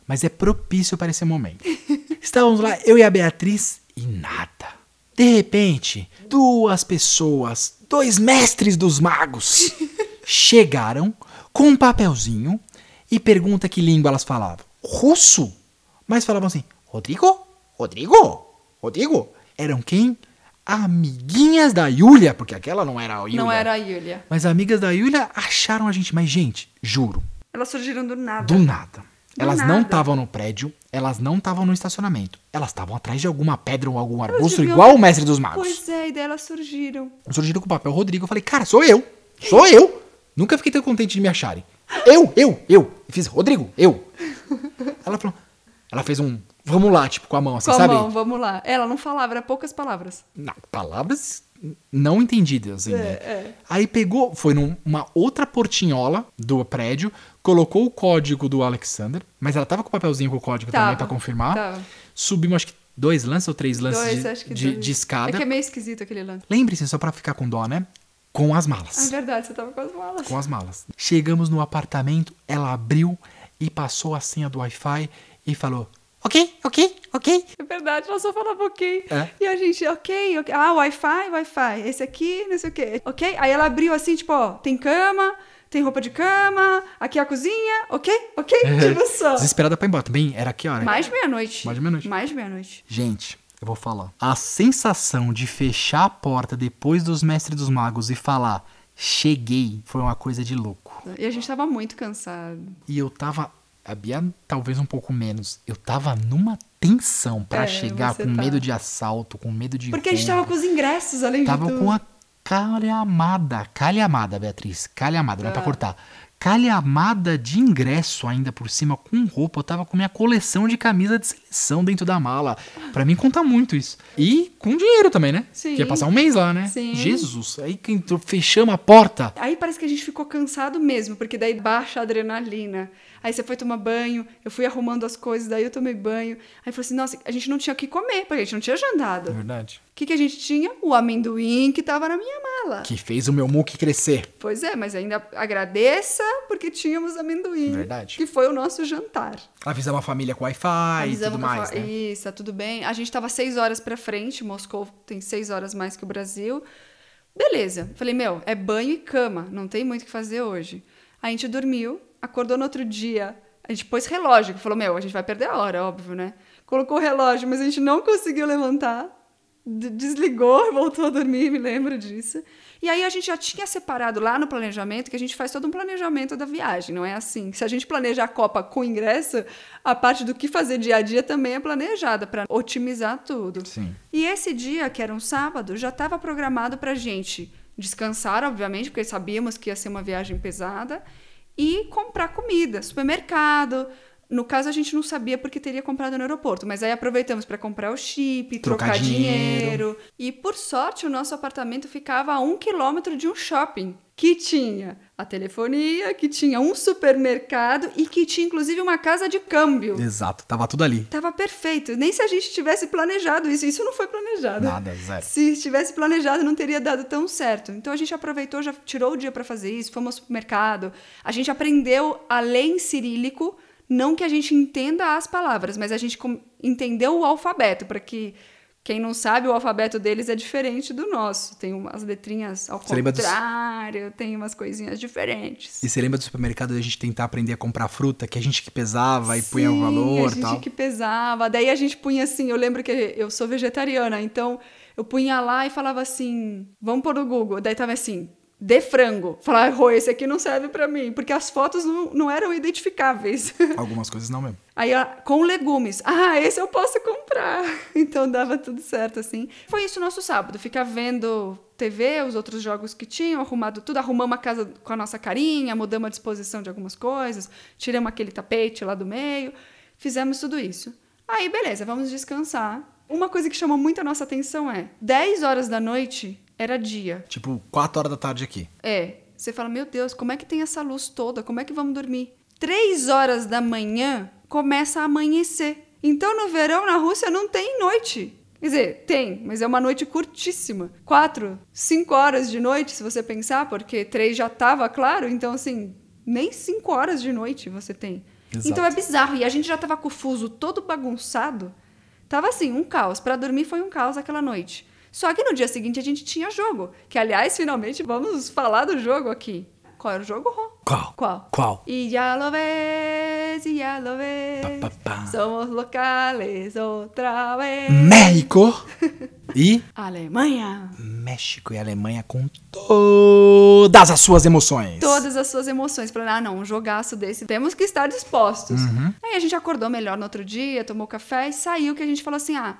mas é propício para esse momento. Estávamos lá, eu e a Beatriz, e nada. De repente, duas pessoas, dois mestres dos magos, chegaram com um papelzinho e pergunta que língua elas falavam. Russo? Mas falavam assim: Rodrigo? Rodrigo? Rodrigo? Eram quem? Amiguinhas da Yulia, porque aquela não era a Yulia. Não era a Yulia. Mas amigas da Yulia acharam a gente. Mas, gente, juro, Elas surgiram do nada. do nada. Do elas não nada. estavam no prédio, elas não estavam no estacionamento. Elas estavam atrás de alguma pedra ou algum Elas arbusto, deviam- igual o mestre dos magos. Pois é, e daí elas surgiram. Surgiram com o papel Rodrigo. Eu falei, cara, sou eu. Sou eu. Nunca fiquei tão contente de me acharem. Eu, eu, eu. E fiz, Rodrigo, eu. Ela falou. Ela fez um. Vamos lá, tipo, com a mão, assim, Com a sabe? mão, vamos lá. Ela não falava, era poucas palavras. Não, palavras não entendidas É, ainda. né? Aí pegou, foi numa outra portinhola do prédio, colocou o código do Alexander, mas ela tava com o papelzinho com o código também Tava, pra confirmar. tava. Subimos, acho que dois lances ou três lances Dois, de, acho que de- dois. de escada. É que é meio esquisito aquele lance. Lembre-se, só pra ficar com dó, né? Com as malas Ah, é verdade, você tava com as malas. com as malas. Chegamos no apartamento, ela abriu e passou a senha do Wi-Fi e falou: Ok, ok, ok. É verdade, ela só falava ok. É. E a gente, ok, ok. Ah, Wi-Fi, Wi-Fi. Esse aqui, não sei o quê. Ok? Aí ela abriu assim, tipo, ó, tem cama, tem roupa de cama, aqui é a cozinha, ok? Ok? Tipo só. Desesperada pra ir embora. Também era que hora? Mais de meia-noite. Mais de meia-noite. Mais de meia-noite. Gente, eu vou falar. A sensação de fechar a porta depois dos mestres dos magos e falar: Cheguei, foi uma coisa de louco. E a gente tava muito cansado. E eu tava. A Bia, talvez um pouco menos. Eu tava numa tensão pra É, chegar você com tá. medo de assalto, com medo de. Porque a gente roubo. tava com os ingressos, além Tava de tudo. com a calhamada, calhamada, Beatriz, calhamada, não é pra Ah. cortar. Calhamada de ingresso ainda por cima, com roupa. Eu tava com minha coleção de camisa de seleção dentro da mala. Pra mim conta muito isso. E com dinheiro também, né? Sim. Porque ia passar um mês lá, né? Sim. Jesus, aí que entrou, fechamos a porta. Aí parece que a gente ficou cansado mesmo, porque daí baixa a adrenalina. Aí você foi tomar banho, eu fui arrumando as coisas, daí eu tomei banho. Aí falou assim: nossa, a gente não tinha o que comer, porque a gente não tinha jantado. O verdade. que, que a gente tinha? O amendoim que tava na minha mala. Que fez o meu muque crescer. Pois é, mas ainda agradeça porque tínhamos amendoim. Verdade. Que foi o nosso jantar. Avisamos a família com Wi-Fi e tudo Avisamos pra mais, falar, né? Isso, tá tudo bem. A gente tava seis horas pra frente, Moscou tem seis horas mais que o Brasil. Beleza. Falei, meu, é banho e cama, não tem muito o que fazer hoje. A gente dormiu, acordou no outro dia, a gente pôs relógio, que falou, meu, a gente vai perder a hora, óbvio, né? Colocou o relógio, mas a gente não conseguiu levantar. D- Desligou, voltou a dormir, me lembro disso. E aí a gente já tinha separado lá no planejamento, que a gente faz todo um planejamento da viagem, não é assim? Se a gente planeja a Copa com ingresso, a parte do que fazer dia a dia também é planejada, para otimizar tudo. Sim. E esse dia, que era um sábado, já estava programado para gente descansar, obviamente, porque sabíamos que ia ser uma viagem pesada, e comprar comida, supermercado. No caso, a gente não sabia porque teria comprado no aeroporto, mas aí aproveitamos para comprar o chip, trocar, Trocar dinheiro. dinheiro. E por sorte, o nosso apartamento ficava a um quilômetro de um shopping que tinha a telefonia, que tinha um supermercado e que tinha inclusive uma casa de câmbio. Exato, tava tudo ali. Tava perfeito. Nem se a gente tivesse planejado isso. Isso não foi planejado. Nada, zero. Se tivesse planejado, não teria dado tão certo. Então a gente aproveitou, já tirou o dia para fazer isso, fomos ao supermercado. A gente aprendeu a ler em cirílico, não que a gente entenda as palavras, mas a gente com- entendeu o alfabeto, para que quem não sabe, o alfabeto deles é diferente do nosso. Tem umas letrinhas ao Você lembra dos- contrário, tem umas coisinhas diferentes. E você lembra do supermercado da gente tentar aprender a comprar fruta, que a gente que pesava e punha o Sim, valor a gente e tal? que pesava. Daí a gente punha assim, eu lembro que eu sou vegetariana, então eu punha lá e falava assim, vamos pôr no Google. Daí tava assim, de frango. Falar, "Rô, esse aqui não serve pra mim, porque as fotos não, não eram identificáveis. Algumas coisas não mesmo. Aí ela, com legumes. Ah, esse eu posso comprar. Então dava tudo certo, assim. Foi isso o nosso sábado. Ficar vendo TV, os outros jogos que tinham, arrumado tudo. Arrumamos a casa com a nossa carinha, mudamos a disposição de algumas coisas, tiramos aquele tapete lá do meio. Fizemos tudo isso. Aí, beleza, vamos descansar. Uma coisa que chamou muito a nossa atenção é: 10 horas da noite era dia. Tipo, 4 horas da tarde aqui. É. Você fala, meu Deus, como é que tem essa luz toda? Como é que vamos dormir? Três horas da manhã começa a amanhecer. Então, no verão, na Rússia, não tem noite. Quer dizer, tem, mas é uma noite curtíssima. Quatro, cinco horas de noite, se você pensar, porque três já estava claro. Então, assim, nem cinco horas de noite você tem. Exato. Então, é bizarro. E a gente já tava com o fuso todo bagunçado. Tava assim, um caos. Pra dormir foi um caos aquela noite. Só que no dia seguinte a gente tinha jogo. Que, aliás, finalmente vamos falar do jogo aqui. Qual era o jogo, Rô? Qual? Qual? Qual? E Yalovés, e Yalovés. Pá, pá, pá. Somos locales outra vez. México e Alemanha. México e Alemanha com todas as suas emoções. Todas as suas emoções. Falando, ah, não, um jogaço desse. Temos que estar dispostos. Uhum. Aí a gente acordou melhor no outro dia, tomou café e saiu que a gente falou assim: ah,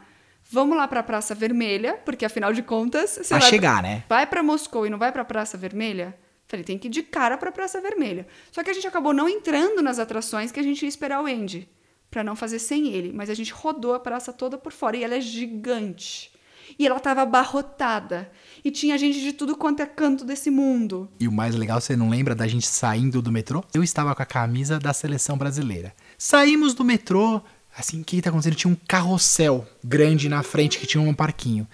vamos lá pra Praça Vermelha, porque afinal de contas. você Pra vai- chegar, né? Vai pra Moscou e não vai pra Praça Vermelha? Falei, tem que ir de cara pra Praça Vermelha. Só que a gente acabou não entrando nas atrações que a gente ia esperar o Andy, pra não fazer sem ele. Mas a gente rodou a praça toda por fora e ela é gigante. E ela tava abarrotada. E tinha gente de tudo quanto é canto desse mundo. E o mais legal, você não lembra da gente saindo do metrô? Eu estava com a camisa da seleção brasileira. Saímos do metrô, assim, o que tá acontecendo? Tinha um carrossel grande na frente que tinha um parquinho.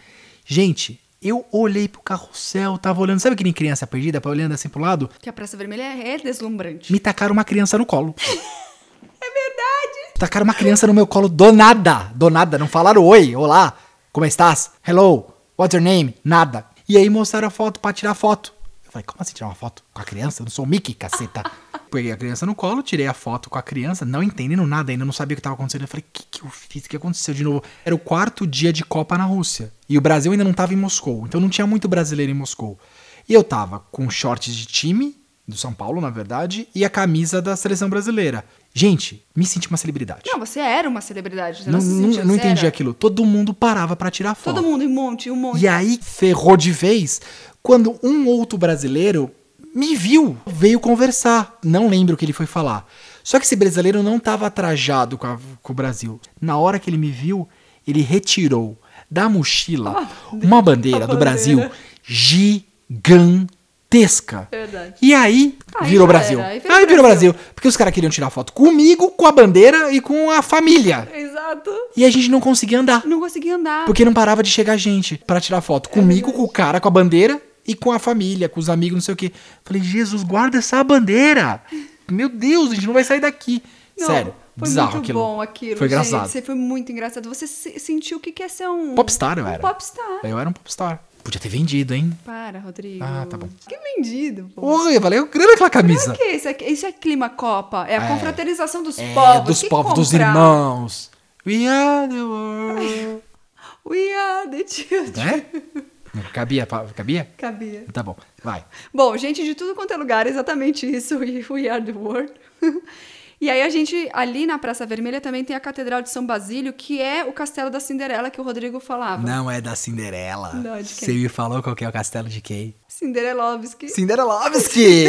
Gente, eu olhei pro carrossel, tava olhando, sabe que nem criança perdida, olhando assim pro lado? Que a Praça Vermelha é é deslumbrante. Me tacaram uma criança no colo. É verdade! Tacaram uma criança no meu colo do nada, do nada, não falaram oi, olá, como estás? Hello, what's your name? Nada. E aí mostraram a foto pra tirar foto. Eu falei, como assim tirar uma foto com a criança? Eu não sou o Mickey, caceta. Peguei a criança no colo, tirei a foto com a criança, não entendendo nada ainda, não sabia o que tava acontecendo. Eu falei, o que, que eu fiz? O que aconteceu de novo? Era o quarto dia de Copa na Rússia. E o Brasil ainda não tava em Moscou, então não tinha muito brasileiro em Moscou. E eu tava com shorts de time, do São Paulo, na verdade, e a camisa da seleção brasileira. Gente, me senti uma celebridade. Não, você era uma celebridade. Você Não, não, se não- sentiu, não você entendi era. aquilo. Todo mundo parava pra tirar foto. Todo mundo, um monte, um monte. E aí ferrou de vez quando um outro brasileiro me viu, veio conversar. Não lembro o que ele foi falar. Só que esse brasileiro não estava trajado com, a- com o Brasil. Na hora que ele me viu, ele retirou da mochila Ah, uma bandeira do Brasil gigantesca. Verdade. E aí Aí virou já Brasil. era, aí Aí, virou virou Brasil. Brasil. Porque os caras queriam tirar foto comigo, com a bandeira e com a família. Exato. E a gente não conseguia andar. Não conseguia andar. Porque não parava de chegar gente pra tirar foto comigo, com o cara, com a bandeira e com a família, com os amigos, não sei o quê. Falei, Jesus, guarda essa bandeira. Meu Deus, a gente não vai sair daqui. Não, Sério, foi bizarro muito aquilo. bom aquilo. Foi gente. engraçado. Você foi muito engraçado. Você se- sentiu o que que é ser um... Popstar eu um era. Popstar. Eu era um popstar. Podia ter vendido, hein? Para, Rodrigo. Ah, tá bom. Que vendido, pô. Oi, valeu grana aquela camisa. O que é isso? aqui? Isso é clima Copa. É a É. confraternização dos É, povos. dos Quem povos, dos comprar? irmãos. We are the world. We are the children. né? Não Cabia? pa- Cabia? Cabia. Tá bom, vai. Bom, gente de tudo quanto é lugar, exatamente isso, e We Are the World. E aí a gente, ali na Praça Vermelha, também tem a Catedral de São Basílio, que é o castelo da Cinderela que o Rodrigo falava. Não é da Cinderela. Tá Não, é de quem? Você me falou qual que é o castelo de quem? Cinderelovski. Cinderelovski!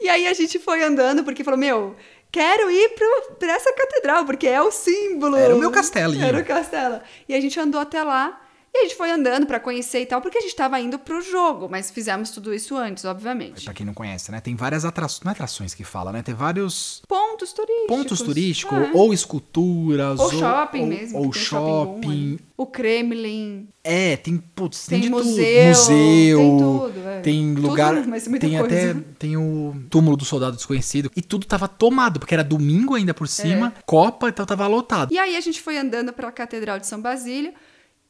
E aí a gente foi andando, porque falou, meu, quero ir pro, pra essa catedral, porque é o símbolo. Era o meu castelinho. Era o castelo. E a gente andou até lá, e a gente foi andando pra conhecer e tal, porque a gente tava indo pro jogo, mas fizemos tudo isso antes, obviamente. pra quem não conhece, né? Tem várias atrações. Não é atrações que fala, né? Tem vários Pontos turísticos. pontos turísticos, É. ou esculturas, Ou shopping ou- mesmo. Ou que tem shopping. bom shopping. ali. o Kremlin. É, tem, putz, Tem tem, de museu, tudo. Museu. tem tudo, é. Tem Tudo, lugar. mas muita tem coisa. até. Tem o túmulo do soldado desconhecido. E tudo tava tomado, porque era domingo ainda É. por cima, Copa, então tava lotado. E aí a gente foi andando para a Catedral de São Basílio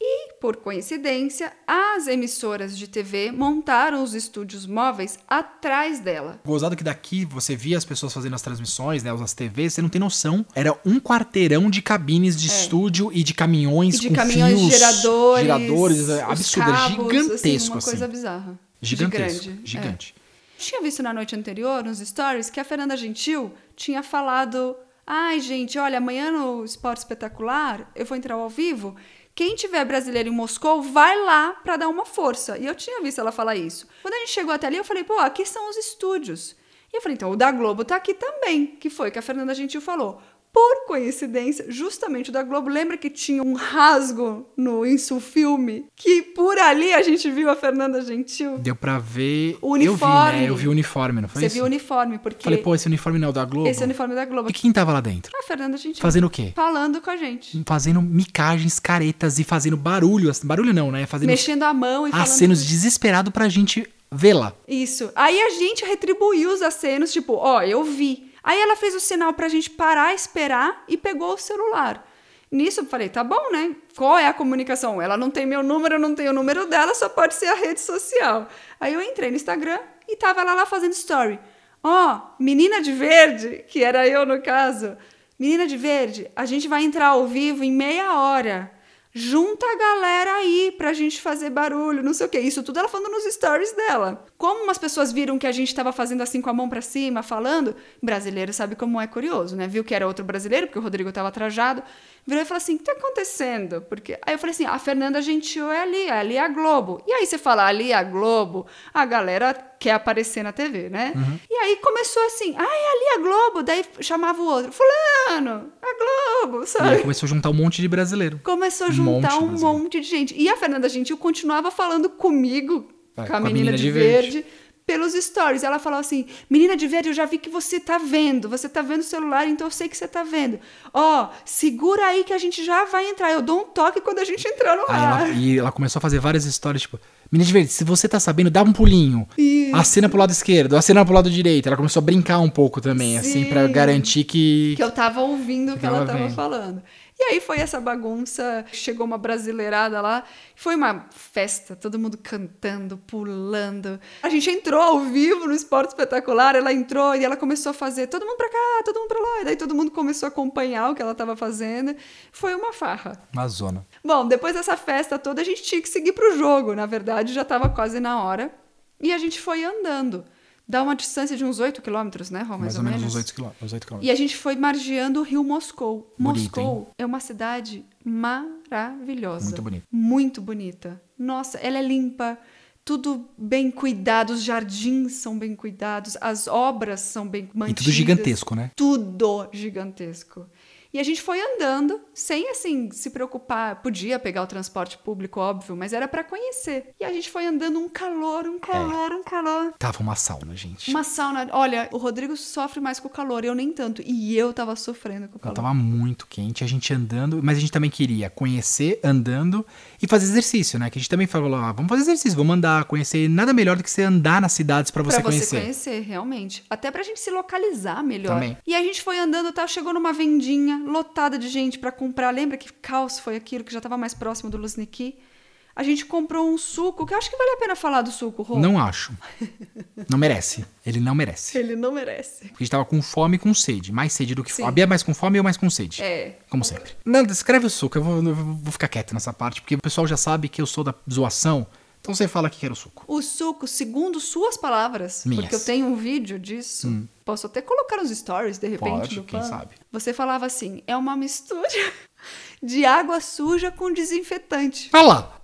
e, por coincidência, as emissoras de TV montaram os estúdios móveis atrás dela. Gozado que daqui você via as pessoas fazendo as transmissões, né? As TVs, você não tem noção. Era um quarteirão de cabines de estúdio e de caminhões É. E de com caminhões fios, geradores. Geradores, é os absurdo, era cabos, gigantesco. Assim, uma assim. coisa bizarra. Gigantesco. grande, é. Gigante. Tinha visto na noite anterior, nos stories, que a Fernanda Gentil tinha falado: ai, gente, olha, amanhã no Esporte Espetacular eu vou entrar ao vivo. Quem tiver brasileiro em Moscou, vai lá pra dar uma força. E eu tinha visto ela falar isso. Quando a gente chegou até ali, eu falei: pô, aqui são os estúdios. E eu falei: então, o da Globo tá aqui também, que foi o que a Fernanda Gentil falou. Por coincidência, justamente o da Globo, lembra que tinha um rasgo no insulfilme? Que por ali a gente viu a Fernanda Gentil? Deu pra ver. O Eu vi, uniforme. né? Eu vi o uniforme, não foi Você isso? viu o uniforme, porque Falei, pô, esse uniforme não é o da Globo? esse é o uniforme da Globo. E quem tava lá dentro? A Fernanda Gentil. Fazendo o quê? Hum, Falando com a gente. Fazendo micagens, caretas e fazendo barulho. assim, Barulho não, né? Fazendo Ah, Mexendo a mão e falando. acenos desesperado pra gente vê-la. Isso. Aí a gente retribuiu os acenos, tipo, ó, eu vi. Aí ela fez o sinal pra gente parar, esperar e pegou o celular. Nisso eu falei, tá bom, né? Qual é a comunicação? Ela não tem meu número, eu não tenho o número dela, só pode ser a rede social. Aí eu entrei no Instagram e tava ela lá fazendo story. Ó, menina de verde, que era eu no caso. Menina de verde, a gente vai entrar ao vivo em meia hora. Junta a galera aí pra gente fazer barulho, não sei o que. Isso tudo ela falando nos stories dela. Como umas pessoas viram que a gente tava fazendo assim com a mão pra cima, falando, brasileiro sabe como é curioso, né? Viu que era outro brasileiro, porque o Rodrigo tava trajado. Virou e falou assim: o que tá acontecendo? Porque. Aí eu falei assim: a Fernanda Gentil é ali, é ali a Globo. E aí você fala, ali a Globo, a galera quer aparecer na TV, né? Uhum. E aí começou assim: ah, é ali a Globo. Daí chamava o outro: Fulano, a Globo, E sabe? aí começou a juntar um monte de brasileiro. Começou a Um juntar monte um brasileiro. monte de gente. E a Fernanda Gentil continuava falando comigo, É, com a menina, de, verde, pelos stories. Ela falou assim: Menina de verde, eu já vi que você tá vendo. Você tá vendo o celular, então eu sei que você tá vendo. Ó, segura aí que a gente já vai entrar. Eu dou um toque quando a gente entrar no Aí ela- ar. e ela começou a fazer várias histórias, tipo, menina de verde, se você tá sabendo, dá um pulinho. Isso. Acena pro lado esquerdo, acena pro lado direito. Ela começou a brincar um pouco também, assim, Sim. pra garantir que. Que eu tava ouvindo o que Tava ela tava vendo. falando. E aí foi essa bagunça, chegou uma brasileirada lá, foi uma festa, todo mundo cantando, pulando. A gente entrou ao vivo no Esporte Espetacular, ela entrou e ela começou a fazer todo mundo pra cá, todo mundo pra lá, e daí todo mundo começou a acompanhar o que ela tava fazendo. Foi uma farra. Uma zona. Bom, depois dessa festa toda, a gente tinha que seguir pro jogo. Na verdade, já tava quase na hora. E a gente foi andando. Dá uma distância de uns 8 quilômetros, né, Rô? Mais, ou, menos, uns 8 quilômetros. uns oito quilômetros. E a gente foi margeando o rio Moscou. Bonito, Moscou é uma cidade maravilhosa. Muito bonita. Muito bonita. Nossa, ela é limpa, tudo bem cuidado, os jardins são bem cuidados, as obras são bem E mantidas. tudo gigantesco, né? Tudo gigantesco. E a gente foi andando, sem assim se preocupar. Podia pegar o transporte público, óbvio, mas era pra conhecer. E a gente foi andando um calor, um É. calor, um calor. Tava uma sauna, gente. Uma sauna. Olha, o Rodrigo sofre mais com o calor, eu nem tanto. E eu tava sofrendo com o calor. Ela tava muito quente, a gente andando, mas a gente também queria conhecer andando e fazer exercício, né? Que a gente também falou, ah, vamos fazer exercício, vamos andar, conhecer. Nada melhor do que você andar nas cidades pra Pra você você conhecer. conhecer. realmente. Até pra gente se localizar melhor. Também. E a gente foi andando e tal, chegou numa vendinha lotada de gente pra comprar. Lembra que caos foi aquilo que já tava mais próximo do Luzniki? A gente comprou um suco, que eu acho que vale a pena falar do suco, Rô. Não acho. Não merece. Ele não merece. Ele não merece. Porque a gente tava com fome e com sede. Mais sede do que Sim. fome. A Bia é mais com fome e eu mais com sede. É. Como sempre. Não, descreve o suco. Eu vou, eu vou ficar quieto nessa parte, porque o pessoal já sabe que eu sou da zoação. Então você fala que era o suco. O suco, segundo suas palavras, Minhas. Hum. porque eu tenho um vídeo disso. Posso até colocar nos stories, de repente, Pode, do quem Pan. sabe. Você falava assim, é uma mistura de água suja com desinfetante. Olha lá.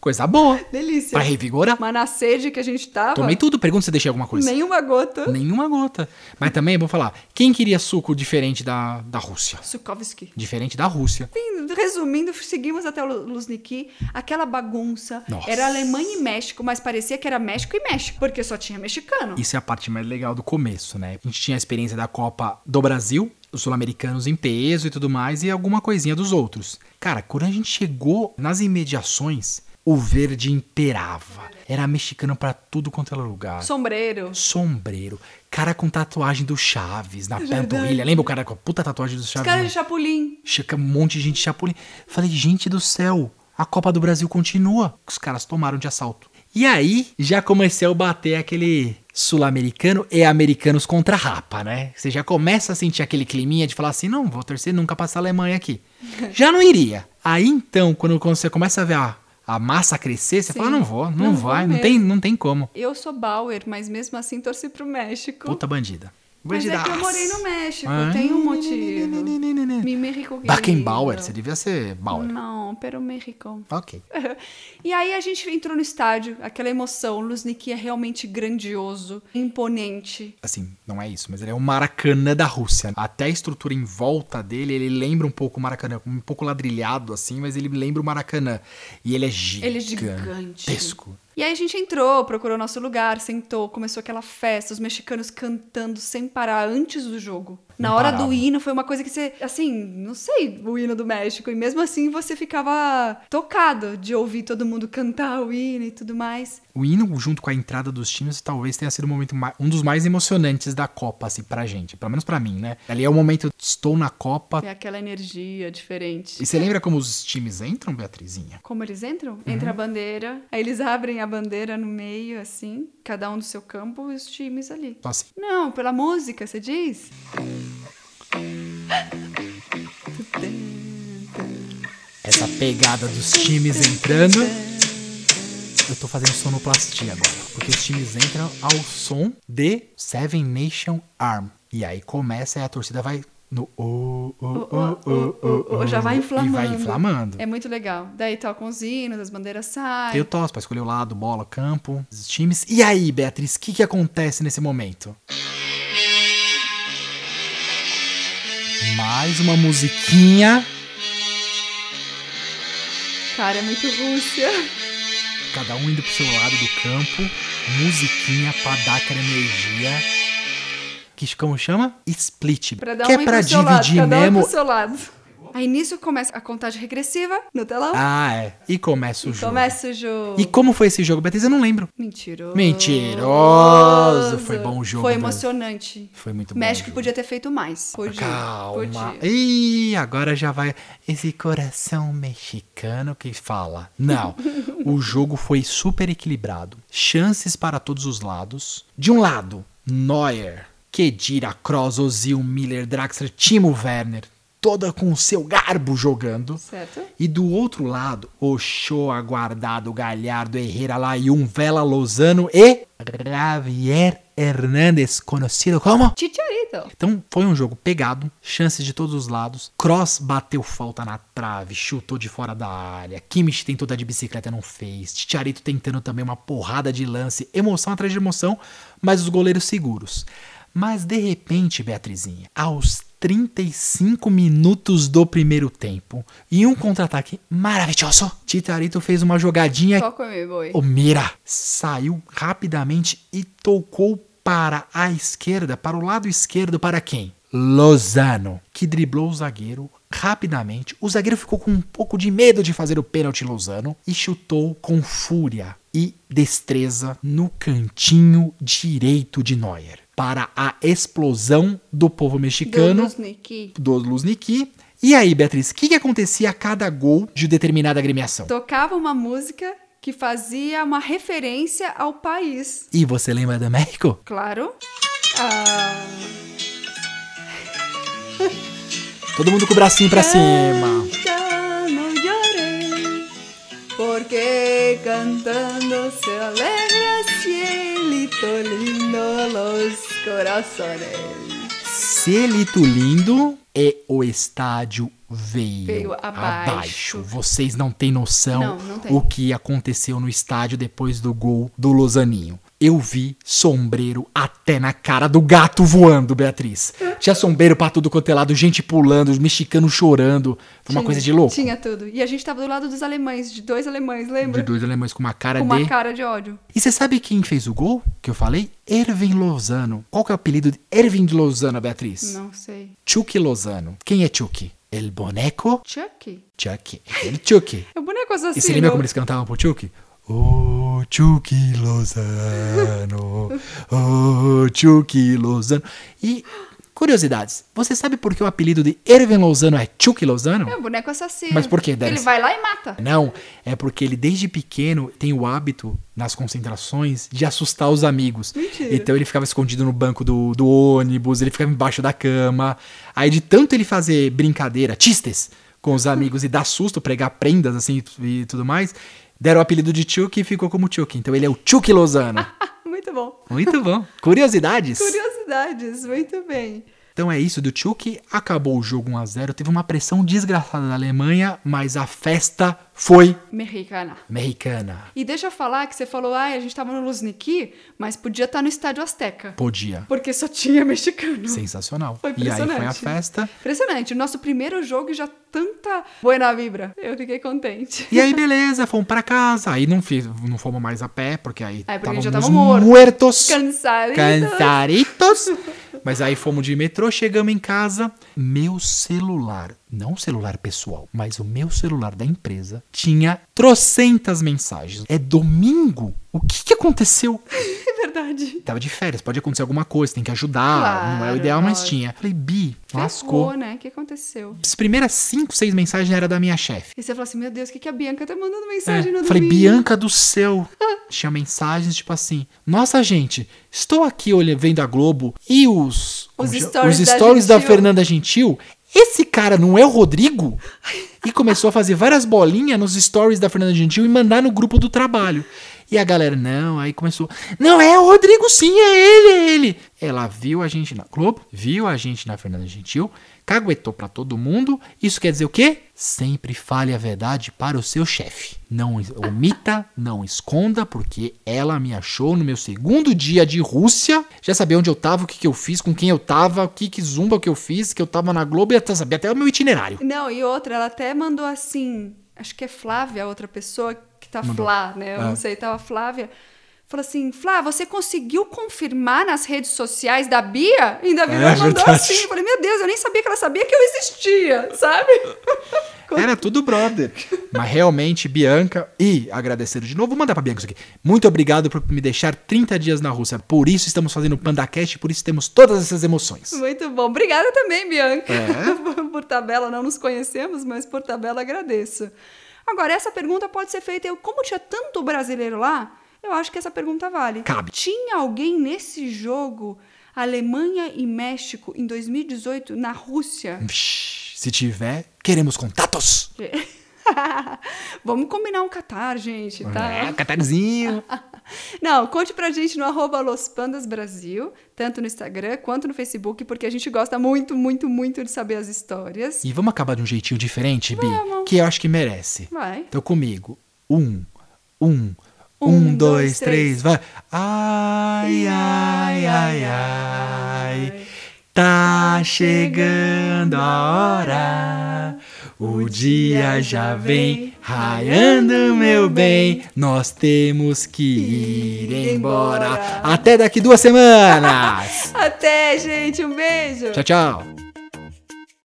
Coisa boa. Delícia. Pra revigorar. Mas na sede que a gente tava, Tomei tudo. Pergunta se deixei alguma coisa. nenhuma gota. Nenhuma gota. Mas também, vamos falar. Quem queria suco diferente da, da Rússia? Sukovski. Diferente da Rússia. Enfim, resumindo, seguimos até o Lu- Luzniki. Aquela bagunça. Nossa. Era Alemanha e México, mas parecia que era México e México, porque só tinha mexicano. Isso é a parte mais legal do começo, né? A gente tinha a experiência da Copa do Brasil, os sul-americanos em peso e tudo mais, e alguma coisinha dos outros. Cara, quando a gente chegou nas imediações, o verde imperava. Era mexicano pra tudo quanto era lugar. Sombreiro. Sombreiro, cara com tatuagem do Chaves na panturrilha. Lembra o cara com a puta tatuagem do Chaves? Cara na- de chapulim. Chega um monte de gente chapulim. Falei, gente do céu, a Copa do Brasil continua. Os caras tomaram de assalto. E aí, já comecei a bater aquele sul-americano e americanos contra a rapa, né? Você já começa a sentir aquele climinha de falar assim, não, vou torcer nunca passar a Alemanha aqui. já não iria. Aí então, quando você começa a ver a, a massa crescer, você Sim. fala, não vou, não, Não vou vai, não mesmo. tem, não tem como. Eu sou Bauer, mas mesmo assim torci pro México. Puta bandida. mas é que eu morei no México, tem um Né, motivo. motivo. Mi México Ah. Backenbauer, querido. você devia ser Bauer. Não, pero México. Ok. E aí a gente entrou no estádio, aquela emoção, Luzniki é realmente grandioso, imponente. Assim, não é isso, mas ele é o Maracanã da Rússia. Até a estrutura em volta dele, ele lembra um pouco o Maracanã, um pouco ladrilhado assim, mas ele lembra o Maracanã. E ele é gigantesco. Ele é gigante. E aí a gente entrou, procurou nosso lugar, sentou, começou aquela festa, os mexicanos cantando sem parar antes do jogo. Na Não hora parava. do hino foi uma coisa que você, assim, não sei o hino do México, e mesmo assim você ficava tocado de ouvir todo mundo cantar o hino e tudo mais. O hino, junto com a entrada dos times, talvez tenha sido o momento ma- um dos mais emocionantes da Copa, assim, pra gente. Pelo menos pra mim, né? Ali é o momento, estou na Copa. É aquela energia diferente. E você lembra como os times entram, Beatrizinha? Como eles Uhum. entram? Entra a bandeira, aí eles abrem a bandeira no meio, assim, cada um do seu campo e os times ali. Só assim. Não, pela música, você diz? Essa pegada dos times entrando. Eu tô fazendo sonoplastia agora. Porque os times entram ao som de Seven Nation Arm. E aí começa e a torcida vai no. Oh, oh, oh, oh, oh, oh, Já vai E vai inflamando. inflamando. É muito legal. Daí tocam os hinos, as bandeiras Tem saem. o tosse pra escolher o lado, bola, campo, os times. E aí, Beatriz, o que, que acontece nesse momento? Mais uma musiquinha. Cara, é muito Rússia. Cada um indo pro seu lado do campo. Musiquinha pra dar aquela energia. Que como chama? Split. Pra dar que um é ir pra pro seu lado, dividir cada um mesmo. pro seu lado. Aí nisso começa a contagem regressiva no telão. Ah, é. E começa o jogo. começa o jogo. E como foi esse jogo, Beatriz? Eu não lembro. Mentiroso. Mentiroso. Foi bom o jogo, Foi Brasil. emocionante. Foi muito bom. México o jogo. podia ter feito mais. Podia. Calma. Podia. Ih, agora já vai. Esse coração mexicano que fala. Não. o jogo foi super equilibrado. Chances para todos os lados. De um lado, Neuer, Kedira, Kroos, Ozil, Miller, Draxler, Timo Werner. Toda com o seu garbo jogando. Certo? E do outro lado, Ochoa, aguardado, Galhardo, Herrera, Layun, Vela, Lozano e Javier Hernández, conhecido como Chicharito. então foi um jogo pegado, chances de todos os lados. Cross bateu falta na trave, chutou de fora da área. Kimmich tentou dar de bicicleta, não fez. Ticharito tentando também uma porrada de lance, emoção atrás de emoção, mas os goleiros seguros. Mas de repente, Beatrizinha, aos 35 minutos do primeiro tempo, e um contra-ataque maravilhoso, Ticharito fez uma jogadinha Qual foi, meu boi? o Mira saiu rapidamente e tocou para a esquerda, para o lado esquerdo, para quem? Lozano, que driblou o zagueiro rapidamente. O zagueiro ficou com um pouco de medo de fazer o pênalti Lozano e chutou com fúria e destreza no cantinho direito de Neuer para a explosão do povo mexicano Do Niki. do Luzniki. E aí, Beatriz, o que, que acontecia a cada gol de determinada agremiação? Tocava uma música que fazia uma referência ao país. E você lembra do México? Claro. Ah, Todo mundo com o bracinho pra cima. canta, não llores, porque cantando se alegra cielito lindo los corazones. Celito lindo é o estádio veio, Veio abaixo. Vocês não têm noção Não, não tem. o que aconteceu no estádio depois do gol do Lozaninho. Eu vi sombreiro até na cara do gato voando, Beatriz. Tinha sombreiro pra tudo quanto é lado, gente pulando, os mexicanos chorando. Foi uma Tinha- coisa de louco. Tinha tudo. E a gente tava do lado dos alemães, de dois alemães, De lembra? dois alemães com uma cara Com uma de... cara de ódio. E você sabe quem fez o gol que eu falei? Ervin Lozano. Qual que é o apelido de Ervin de Lozano, Beatriz? Não sei. Chuck Lozano. Quem é Chuck? El boneco Chucky? Chuck. Ele Chuck. É o boneco assassino. E você lembra como eles cantavam pro Chuck? Ô Chuck Lozano, ô Chuck Lozano. E curiosidades, você sabe por que o apelido de Ervin Lozano é Chuck Lozano? É um boneco assassino. Mas por quê, Ele Délcio? vai lá e mata. Não, é porque ele desde pequeno tem o hábito, nas concentrações, de assustar os amigos. Mentira. Então ele ficava escondido no banco do, do ônibus, ele ficava embaixo da cama. Aí de tanto ele fazer brincadeira, tistes, com os amigos e dar susto, pregar prendas assim e tu- e tudo mais, Deram o apelido de Chuck e ficou como Chuck. Então ele é o Chuck Lozano. Ah, Muito bom. Muito bom. Curiosidades? Curiosidades, muito bem. Então é isso do Chuck. Acabou o jogo 1 a 0 Teve uma pressão desgraçada da Alemanha, mas a festa foi Mexicana. americana. E deixa eu falar que você falou, ah, a gente tava no Luzniki, mas podia estar no Estádio Azteca. Podia. Porque só tinha mexicano. Sensacional. Foi e aí impressionante. foi a festa. Impressionante. Nosso primeiro jogo e já tanta buena vibra. Eu fiquei contente. E aí, beleza, fomos pra casa. Aí não, fiz, não fomos mais a pé, porque aí Aí, É, porque a estávamos gente já tava morto. muertos. Cansado. Cansaritos. Mas aí fomos de metrô, chegamos em casa. Meu celular, não o celular pessoal, mas o meu celular da empresa, tinha trocentas mensagens. É domingo? O que, que aconteceu? É verdade. Tava de férias, pode acontecer alguma coisa, tem que ajudar. Claro, não é o ideal, mas lógico. tinha. Falei, Bi, lascou. Ferrou, né? O que aconteceu? As primeiras cinco, seis mensagens era da minha chefe. E você falou assim, meu Deus, o que, que a Bianca tá mandando É. mensagem no Falei, domingo? Bianca do céu. Tinha mensagens tipo assim: Nossa, gente, estou aqui olha- vendo a Globo e os, Os como chama? stories os da stories da, Gentil." Fernanda Gentil. Esse cara não é o Rodrigo? E começou a fazer várias bolinhas nos stories da Fernanda Gentil e mandar no grupo do trabalho. E a galera, não, aí começou. Não, é o Rodrigo sim, é ele, é ele. Ela viu a gente na Globo, viu a gente na Fernanda Gentil, caguetou pra todo mundo. Isso quer dizer o quê? Sempre fale a verdade para o seu chefe. Não es- omita, não esconda, porque ela me achou no meu segundo dia de Rússia. Já sabia onde eu tava, o que, que eu fiz, com quem eu tava, o que, que zumba que eu fiz, que eu tava na Globo e até sabia até o meu itinerário. Não, e outra, ela até mandou assim, acho que é Flávia, a outra pessoa que tá Flá, né? Eu É. não sei, tava Flávia. Falou assim, Flá, você conseguiu confirmar nas redes sociais da Bia? Ainda virou É e mandou verdade. assim. Eu falei, meu Deus, eu nem sabia que ela sabia que eu existia, sabe? Era tudo brother. Mas realmente, Bianca, e agradecer de novo, vou mandar pra Bianca isso aqui. Muito obrigado por me deixar 30 dias na Rússia. Por isso estamos fazendo o PandaCast, por isso temos todas essas emoções. Muito bom. Obrigada também, Bianca. É. Por- por tabela, não nos conhecemos, mas por tabela agradeço. Agora, essa pergunta pode ser feita. eu- Como tinha tanto brasileiro lá, eu acho que essa pergunta vale. Cabe. Tinha alguém nesse jogo, Alemanha e México, em 2018, na Rússia? Vish, Se tiver, queremos contatos. Vamos combinar um Catar, gente, tá? É, Catarzinho. Não, conte pra gente no arroba Los Pandas Brasil, tanto no Instagram quanto no Facebook, porque a gente gosta muito, muito, muito de saber as histórias. E vamos acabar de um jeitinho diferente, Bi? Que eu acho que merece. Vai. Então comigo. Um, um, um, Um, dois, dois, três, vai. Ai, ai, ai, ai. Tá chegando a hora. O dia já vem raiando, meu bem. Nós temos que ir embora. Até daqui duas semanas. Até, gente. Um beijo. Tchau, tchau.